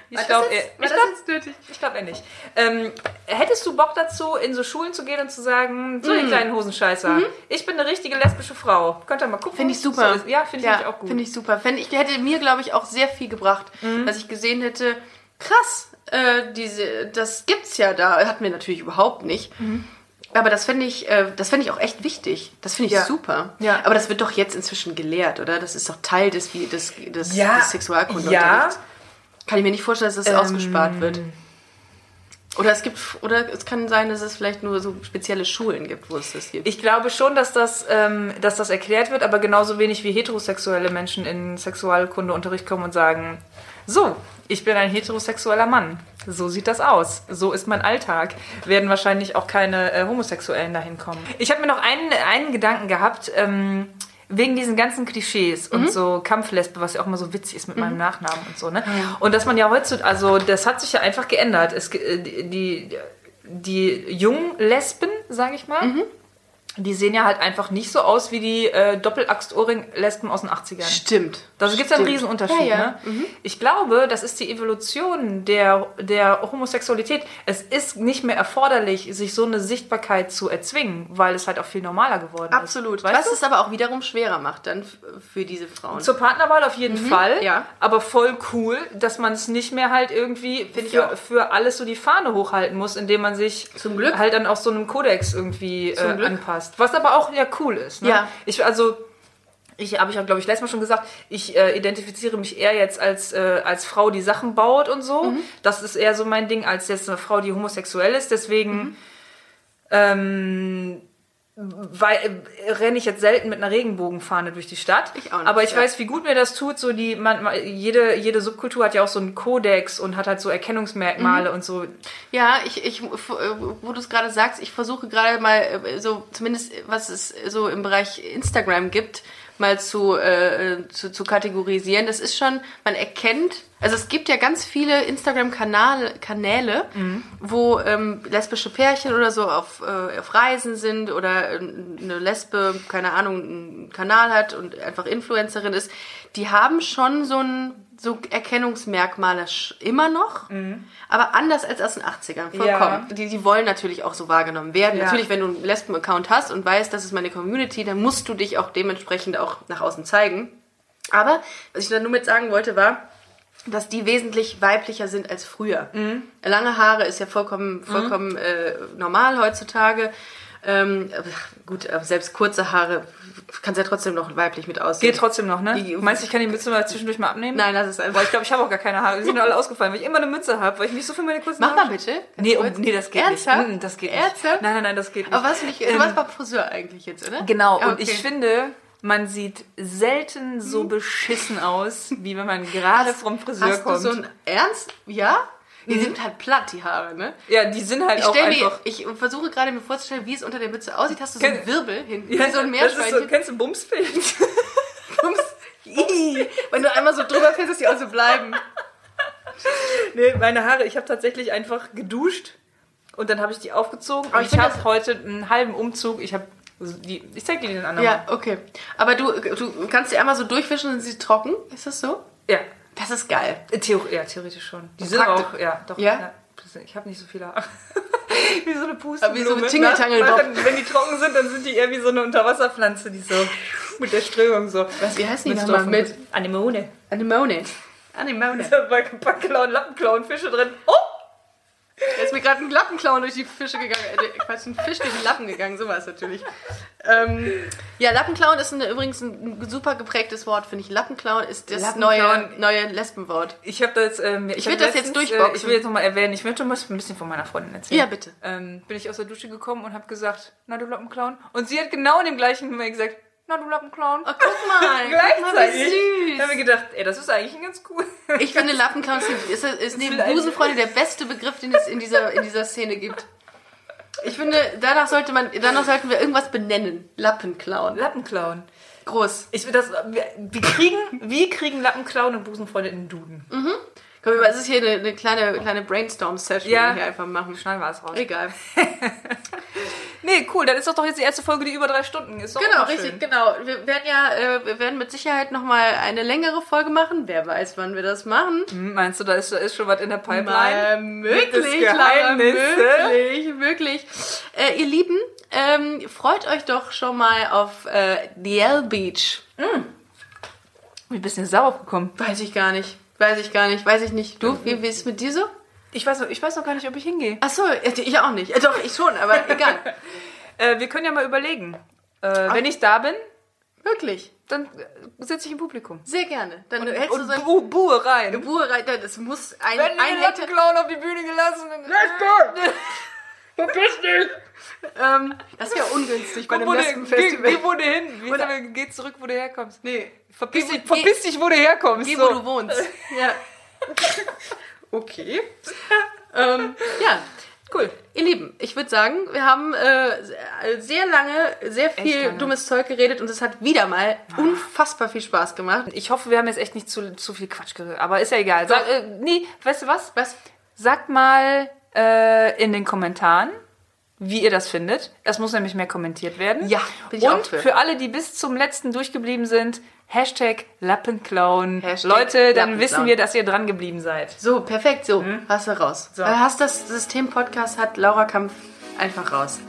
B: Ich glaube,
A: das jetzt- war das
B: ich glaub,
A: jetzt nötig?
B: ich glaube eher nicht. Ähm, hättest du Bock dazu, in so Schulen zu gehen und zu sagen,
A: Mhm.
B: so ihr kleinen Hosenscheißer, ich bin eine richtige lesbische Frau. Könnt ihr mal gucken.
A: Finde ich super.
B: So ist- ja, finde ich nämlich auch gut. Mhm.
A: Finde ich super. Fänd ich hätte mir, glaube ich, auch sehr viel gebracht, dass ich gesehen hätte, krass, äh, diese, das gibt's ja da. Hatten wir natürlich überhaupt nicht.
B: Mhm.
A: Aber das finde ich, äh, das finde ich auch echt wichtig. Das finde ich
B: Ja.
A: super.
B: Ja.
A: Aber das wird doch jetzt inzwischen gelehrt, oder? Das ist doch Teil des, wie- des, des,
B: ja,
A: des Sexualkundeunterrichts.
B: ja, Ähm.
A: Kann ich mir nicht vorstellen, dass das ausgespart wird. Oder es gibt, oder es kann sein, dass es vielleicht nur so spezielle Schulen gibt, wo es das gibt.
B: Ich glaube schon, dass das, ähm, dass das erklärt wird, aber genauso wenig wie heterosexuelle Menschen in Sexualkundeunterricht kommen und sagen, so, ich bin ein heterosexueller Mann. So sieht das aus. So ist mein Alltag. Werden wahrscheinlich auch keine äh, Homosexuellen dahin kommen. Ich habe mir noch einen, einen Gedanken gehabt, ähm, wegen diesen ganzen Klischees und so Kampflesbe, was ja auch immer so witzig ist mit meinem Nachnamen und so, ne? Und dass man ja heutzutage, also das hat sich ja einfach geändert. Es, ge- äh, die, die, die jungen Lesben, sage ich mal, die sehen ja halt einfach nicht so aus wie die äh, Doppelaxt-Ohrring-Lesben aus den 80ern.
A: Stimmt.
B: Da gibt es einen
A: Stimmt.
B: Riesenunterschied.
A: Ja, Mhm. ja.
B: Ne? Ich glaube, das ist die Evolution der, der Homosexualität. Es ist nicht mehr erforderlich, sich so eine Sichtbarkeit zu erzwingen, weil es halt auch viel normaler geworden
A: Absolut.
B: ist. Weißt
A: Was es aber auch wiederum schwerer macht dann f- für diese Frauen.
B: du? Zur Partnerwahl auf jeden Fall,
A: Mhm, ja.
B: aber voll cool, dass man es nicht mehr halt irgendwie
A: ich
B: für,
A: auch.
B: für alles so die Fahne hochhalten muss, indem man sich
A: Zum Glück.
B: halt dann auch so einem Kodex irgendwie äh,
A: Glück.
B: anpasst. Was aber auch ja cool ist. Ne?
A: Ja.
B: Ich, also ich habe ich auch, glaube ich, letztes Mal schon gesagt, ich äh, identifiziere mich eher jetzt als, äh, als Frau, die Sachen baut und so.
A: Mhm.
B: Das ist eher so mein Ding, als jetzt eine Frau, die homosexuell ist. Deswegen
A: Mhm.
B: ähm, weil, äh, renne ich jetzt selten mit einer Regenbogenfahne durch die Stadt.
A: Ich auch nicht,
B: Aber ich
A: ja.
B: weiß, wie gut mir das tut. So die, man, man- jede, jede Subkultur hat ja auch so einen Kodex und hat halt so Erkennungsmerkmale
A: Mhm.
B: und so.
A: Ja, ich, ich, wo du es gerade sagst, ich versuche gerade mal äh, so, zumindest äh, was es so im Bereich Instagram gibt, mal zu, äh, zu, zu kategorisieren. Das ist schon, man erkennt, also es gibt ja ganz viele Instagram-Kanäle, Kanäle, wo ähm, lesbische Pärchen oder so auf, äh, auf Reisen sind oder äh, eine Lesbe, keine Ahnung, einen Kanal hat und einfach Influencerin ist. Die haben schon so ein so Erkennungsmerkmale sch- immer noch, aber anders als aus den 80ern. Vollkommen.
B: Ja.
A: Die, die wollen natürlich auch so wahrgenommen werden.
B: Ja.
A: Natürlich, wenn du einen Lesben-Account hast und weißt, das ist meine Community, dann musst du dich auch dementsprechend auch nach außen zeigen. Aber was ich dann nur mit sagen wollte, war, dass die wesentlich weiblicher sind als früher.
B: Mhm.
A: Lange Haare ist ja vollkommen, vollkommen äh, normal heutzutage. Ähm, ach, gut, aber selbst kurze Haare kannst ja trotzdem noch weiblich mit aussehen.
B: Geht trotzdem noch, ne?
A: Die-
B: Meinst du, ich kann die Mütze mal zwischendurch mal abnehmen?
A: Nein, lass es einfach.
B: Boah, ich glaube, ich habe auch gar keine Haare. Die sind alle ausgefallen, weil ich immer eine Mütze habe, weil ich nicht so viel meine kurzen
A: Mach
B: Haare
A: mal bitte. Ganz
B: Nee, um,
A: kurz.
B: nee, das geht
A: Ernsthaft?
B: nicht. Mm, Das geht
A: Ernsthaft?
B: nicht. Nein, nein, nein, das geht nicht.
A: Aber was nicht, du warst beim Friseur eigentlich jetzt, oder?
B: Genau,
A: Ja,
B: und ich
A: okay.
B: finde, man sieht selten so beschissen aus, wie wenn man gerade vom Friseur
A: Hast
B: kommt. Mhm.
A: du so einen Ernst? Ja? Die sind halt platt, die Haare, ne?
B: ja, die sind halt
A: Ich,
B: auch
A: stell mir,
B: einfach.
A: ich versuche gerade mir vorzustellen, wie es unter der Mütze aussieht. Hast du so einen
B: Kenn-
A: Wirbel hinten,
B: Ja,
A: wie so ein
B: das ist so,
A: Meerschweinchen.
B: kennst du Bumsfilz?
A: Bums. Ih, Wenn du einmal so drüber fährst, dass die auch so bleiben.
B: nee, meine Haare, ich habe tatsächlich einfach geduscht und dann habe ich die aufgezogen. Aber
A: ich
B: ich,
A: find
B: habe
A: das-
B: heute einen halben Umzug. Ich habe die, ich zeig dir den anderen.
A: Ja, okay. Aber du, du kannst die einmal so durchwischen und sie sind trocken. Ist das so?
B: ja.
A: Das ist geil.
B: Theor ja, theoretisch schon. Die sind
A: praktisch-
B: auch, ja, doch.
A: Ja?
B: Ich habe nicht so viele Haare. wie so eine Puste.
A: Aber wie so eine Tingle-Tangle-Bob.
B: Wenn die trocken sind, dann sind die eher wie so eine Unterwasserpflanze, die so mit der Strömung so.
A: Was, wie heißen die
B: Mit
A: nochmal?
B: Stoffen.
A: Mit
B: Anemone.
A: Anemone. Anemone.
B: Da war Backklauen, Lappenklauen, Fische drin. Oh!
A: Da ist mir gerade ein Lappenklauen durch die Fische gegangen. Äh, der- Quatsch, ein Fisch durch den Lappen gegangen, so war es natürlich. Ähm, ja, Lappenklauen ist ein, übrigens ein super geprägtes Wort, finde ich. Lappenklauen ist das neue,
B: Lappenklauen.
A: neue Lesbenwort.
B: Ich habe das, ähm, ich,
A: will
B: hab
A: das jetzt durchboxen.
B: Äh, ich will jetzt nochmal erwähnen, ich möchte mal ein bisschen von meiner Freundin erzählen.
A: Ja, bitte.
B: Ähm, bin ich aus der Dusche gekommen und habe gesagt, na du Lappenklauen. Und sie hat genau in dem gleichen Moment gesagt, na du Lappenklauen.
A: Oh,
B: (laughs)
A: guck mal, guck mal, wie
B: Gleichzeitig. Da haben
A: süß.
B: wir gedacht, ey, das ist eigentlich ein ganz cool. (laughs)
A: Ich finde, Lappenklauen ist, ist, ist neben
B: Vielleicht.
A: Busenfreunde der beste Begriff, den es in dieser, in dieser Szene gibt. Ich finde, danach, sollte man, danach sollten wir irgendwas benennen. Lappenklauen.
B: Lappenklauen.
A: Groß.
B: Ich will das, wir, wir kriegen, wir kriegen Lappenklauen und Busenfreunde in den Duden.
A: Komm, es ist hier eine, eine kleine, kleine Brainstorm-Session,
B: Ja.
A: die wir hier einfach machen.
B: Schneiden wir es raus.
A: Egal.
B: Nee, cool, dann ist doch doch jetzt die erste Folge, die über drei Stunden ist. Doch
A: Genau,
B: auch schön.
A: richtig, genau. Wir werden ja, äh, wir werden mit Sicherheit nochmal eine längere Folge machen. Wer weiß, wann wir das machen.
B: Hm, Meinst du, da ist, da ist schon was in der Pipeline?
A: Mal möglich,
B: Gibt es
A: Lara,
B: Geheimnisse?
A: möglich, möglich. Äh, ihr Lieben, ähm, freut euch doch schon mal auf äh, The L Beach.
B: Ich bin ein bisschen sauer gekommen.
A: Weiß ich gar nicht. Weiß ich gar nicht, weiß ich nicht. Du, wie, wie ist es mit dir so?
B: Ich weiß, noch- ich weiß noch gar nicht, ob ich hingehe.
A: Ach so, ich auch nicht. Äh,
B: (laughs)
A: Doch, ich schon, aber egal.
B: Äh, wir können ja mal überlegen. Äh, wenn ich da bin,
A: Wirklich.
B: Dann äh, sitze ich im Publikum.
A: Sehr gerne. Dann hältst du
B: Und
A: so ein
B: bu buhe rein.
A: Buhreiter, das muss ein,
B: Wenn du
A: ein
B: den Lattenclown auf die Bühne gelassen dann
A: Verpiss dich! ähm, das wäre ungünstig bei
B: Guck,
A: dem
B: wo du-
A: letzten
B: geh,
A: Festival.
B: geh, wo du hin. Wie
A: Oder-
B: sagen, geh zurück, wo du herkommst.
A: nee,
B: Verpiss,
A: Geh, wo-
B: dich, verpiss dich, wo du herkommst.
A: geh,
B: so.
A: wo du wohnst. (laughs) Ja. okay. ähm, ja.
B: cool.
A: Ihr Lieben, ich würde sagen, wir haben äh, sehr lange, Ah. sehr viel
B: lange.
A: dummes Zeug geredet und es hat wieder mal unfassbar viel Spaß gemacht.
B: Ich hoffe, wir haben jetzt echt nicht zu, zu viel Quatsch geredet, aber ist ja egal. Sag, äh, nee, weißt du was?
A: Was?
B: Sagt mal äh, in den Kommentaren, wie ihr das findet. Das muss nämlich mehr kommentiert werden.
A: Ja, bin ich
B: Und
A: auch für.
B: für. alle, die bis zum letzten durchgeblieben sind, Hashtag Lappenclown.
A: Hashtag
B: Leute, dann
A: Lappenclown.
B: wissen wir, dass ihr dran geblieben seid.
A: So, perfekt, so, hast du raus. Mhm. So. Hast das System-Podcast, hat Laura Kampf einfach raus.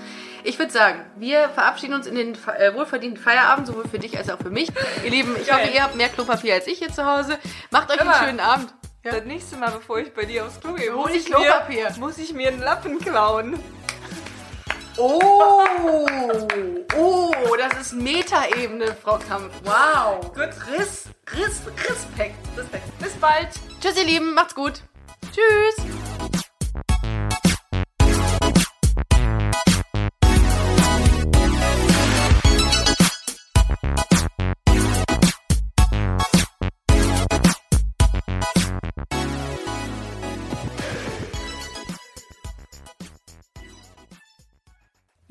A: Ich würde sagen, wir verabschieden uns in den fe- äh, wohlverdienten Feierabend, sowohl für dich als auch für mich. Ihr Lieben, ich hoffe,
B: Geil.
A: ihr habt mehr Klopapier als ich hier zu Hause. Macht euch
B: mal.
A: einen schönen Abend. Ja.
B: Das nächste Mal, bevor ich bei dir aufs Klo gehe,
A: Hol
B: muss
A: dir
B: ich, mir,
A: Klopapier.
B: muss ich mir einen Lappen klauen.
A: Oh, oh, das ist Metaebene, Frau Kampf. Wow.
B: Gut.
A: Riss, Riss, Respekt, Respekt.
B: Bis bald.
A: Tschüss, ihr Lieben, macht's gut. Tschüss.